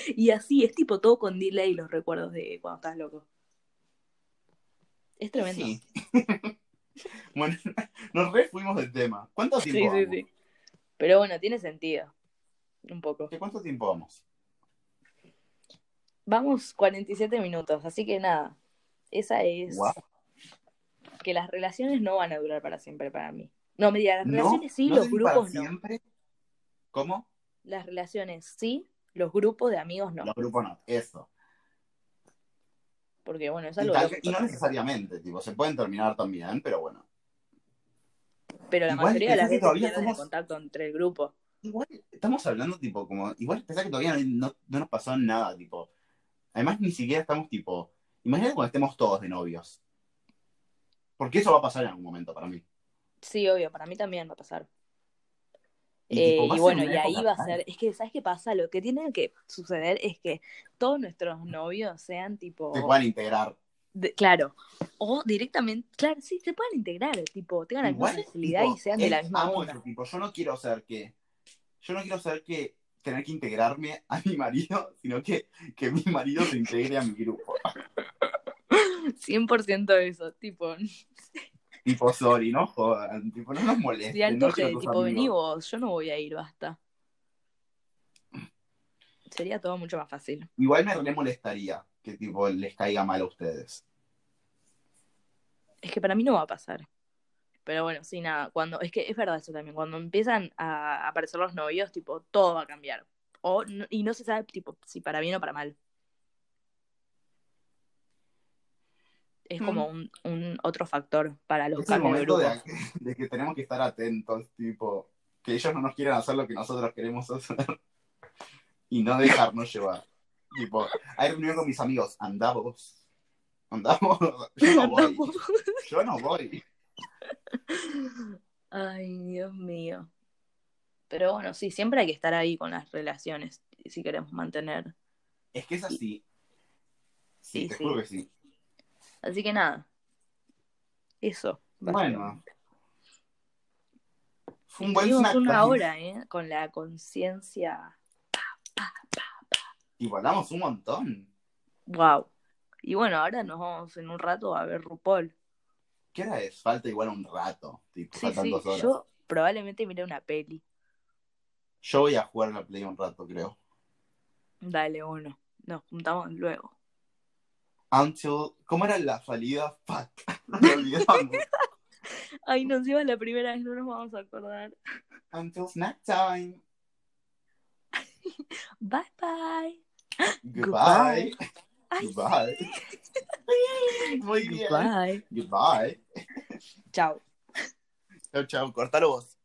[SPEAKER 2] Y así, es tipo todo con delay los recuerdos de cuando estás loco. Es tremendo.
[SPEAKER 1] Sí. bueno, nos re fuimos del tema. ¿Cuánto
[SPEAKER 2] Sí,
[SPEAKER 1] tiempo
[SPEAKER 2] sí,
[SPEAKER 1] vamos?
[SPEAKER 2] sí. Pero bueno, tiene sentido. Un poco.
[SPEAKER 1] ¿Qué cuánto tiempo vamos?
[SPEAKER 2] Vamos 47 minutos, así que nada. Esa es.
[SPEAKER 1] Guau.
[SPEAKER 2] Que las relaciones no van a durar para siempre para mí. No, me diga, las
[SPEAKER 1] No,
[SPEAKER 2] relaciones sí,
[SPEAKER 1] no
[SPEAKER 2] los
[SPEAKER 1] sé si para
[SPEAKER 2] grupos no.
[SPEAKER 1] siempre. ¿Cómo?
[SPEAKER 2] Las relaciones sí, los grupos de amigos no.
[SPEAKER 1] Los grupos no, eso.
[SPEAKER 2] Porque bueno, es
[SPEAKER 1] Y,
[SPEAKER 2] algo
[SPEAKER 1] tal-
[SPEAKER 2] lógico
[SPEAKER 1] y no
[SPEAKER 2] también.
[SPEAKER 1] necesariamente, tipo, se pueden terminar también, pero bueno.
[SPEAKER 2] Pero la
[SPEAKER 1] Igual,
[SPEAKER 2] mayoría de las
[SPEAKER 1] pensá que
[SPEAKER 2] veces
[SPEAKER 1] todavía
[SPEAKER 2] pierden el
[SPEAKER 1] somos-
[SPEAKER 2] contacto entre el grupo.
[SPEAKER 1] Igual estamos hablando, tipo, como. Igual pensar que todavía no, no- no nos pasó nada, tipo. Además, ni siquiera estamos, tipo. Imagínate cuando estemos todos de novios. Porque eso va a pasar en algún momento para mí.
[SPEAKER 2] Sí, obvio, para mí también va a pasar.
[SPEAKER 1] Y,
[SPEAKER 2] Eh,
[SPEAKER 1] tipo, va a
[SPEAKER 2] y
[SPEAKER 1] ser
[SPEAKER 2] bueno,
[SPEAKER 1] una
[SPEAKER 2] y ahí
[SPEAKER 1] época
[SPEAKER 2] va a
[SPEAKER 1] rara.
[SPEAKER 2] ser, es que, ¿sabes qué pasa? Lo que tiene que suceder es que todos nuestros novios sean tipo,
[SPEAKER 1] Se puedan integrar.
[SPEAKER 2] de- claro, o directamente, claro, sí, se puedan integrar, tipo, tengan alguna
[SPEAKER 1] Igual,
[SPEAKER 2] facilidad
[SPEAKER 1] tipo,
[SPEAKER 2] y sean de la
[SPEAKER 1] es-
[SPEAKER 2] misma
[SPEAKER 1] amo
[SPEAKER 2] onda.
[SPEAKER 1] eso, tipo, yo no quiero ser que. Yo no quiero ser que tener que integrarme a mi marido, sino que, que mi marido se integre a mi grupo.
[SPEAKER 2] 100% eso, tipo,
[SPEAKER 1] tipo, sorry, no jodan, tipo, no nos molesten.
[SPEAKER 2] de alto
[SPEAKER 1] Este, no quiero
[SPEAKER 2] que,
[SPEAKER 1] tus
[SPEAKER 2] tipo, vení
[SPEAKER 1] amigos.
[SPEAKER 2] vos, yo no voy a ir, basta. Sería todo mucho más fácil.
[SPEAKER 1] Igual me re molestaría que tipo les caiga mal a ustedes.
[SPEAKER 2] Es que para mí no va a pasar. Pero bueno, sí, nada, cuando, es que es verdad eso también, cuando empiezan a aparecer los novios, tipo, todo va a cambiar. O, no- y no se sabe, tipo, si para bien o para mal. Es
[SPEAKER 1] Mm.
[SPEAKER 2] como un, un otro factor para los
[SPEAKER 1] Es el
[SPEAKER 2] cambios de
[SPEAKER 1] momento
[SPEAKER 2] grupo.
[SPEAKER 1] de, de que tenemos que estar atentos, tipo, que ellos no nos quieran hacer lo que nosotros queremos hacer y no dejarnos llevar. Tipo, hay reunión con mis amigos, andamos. Andamos. Yo no voy. Yo no voy.
[SPEAKER 2] Ay, Dios mío. Pero bueno, sí, siempre hay que estar ahí con las relaciones, si queremos mantener.
[SPEAKER 1] Es que es así. Sí,
[SPEAKER 2] Sí,
[SPEAKER 1] te
[SPEAKER 2] sí.
[SPEAKER 1] juro que sí.
[SPEAKER 2] Así que nada. Eso.
[SPEAKER 1] Bueno. Fue un buen
[SPEAKER 2] Estuvimos
[SPEAKER 1] snack.
[SPEAKER 2] una
[SPEAKER 1] también.
[SPEAKER 2] hora, ¿eh? Con la conciencia.
[SPEAKER 1] Tipo, hablamos un montón.
[SPEAKER 2] Wow. Y bueno, ahora nos vamos en un rato a ver RuPaul.
[SPEAKER 1] ¿Qué hora es? Falta igual un rato. Tipo,
[SPEAKER 2] Sí,
[SPEAKER 1] faltan
[SPEAKER 2] sí,
[SPEAKER 1] dos horas.
[SPEAKER 2] yo probablemente miré una peli.
[SPEAKER 1] Yo voy a jugar a la Play un rato, creo.
[SPEAKER 2] Dale, uno. Nos juntamos luego.
[SPEAKER 1] Until... ¿Cómo era la salida? Fuck. Nos lo olvidamos.
[SPEAKER 2] Ay, nos lleva la primera vez, no nos vamos a acordar.
[SPEAKER 1] Until snack time.
[SPEAKER 2] Bye bye.
[SPEAKER 1] Goodbye.
[SPEAKER 2] Ay,
[SPEAKER 1] Goodbye. Muy bien.
[SPEAKER 2] Goodbye.
[SPEAKER 1] Goodbye.
[SPEAKER 2] Chao.
[SPEAKER 1] Chao, chao. Cortalo vos.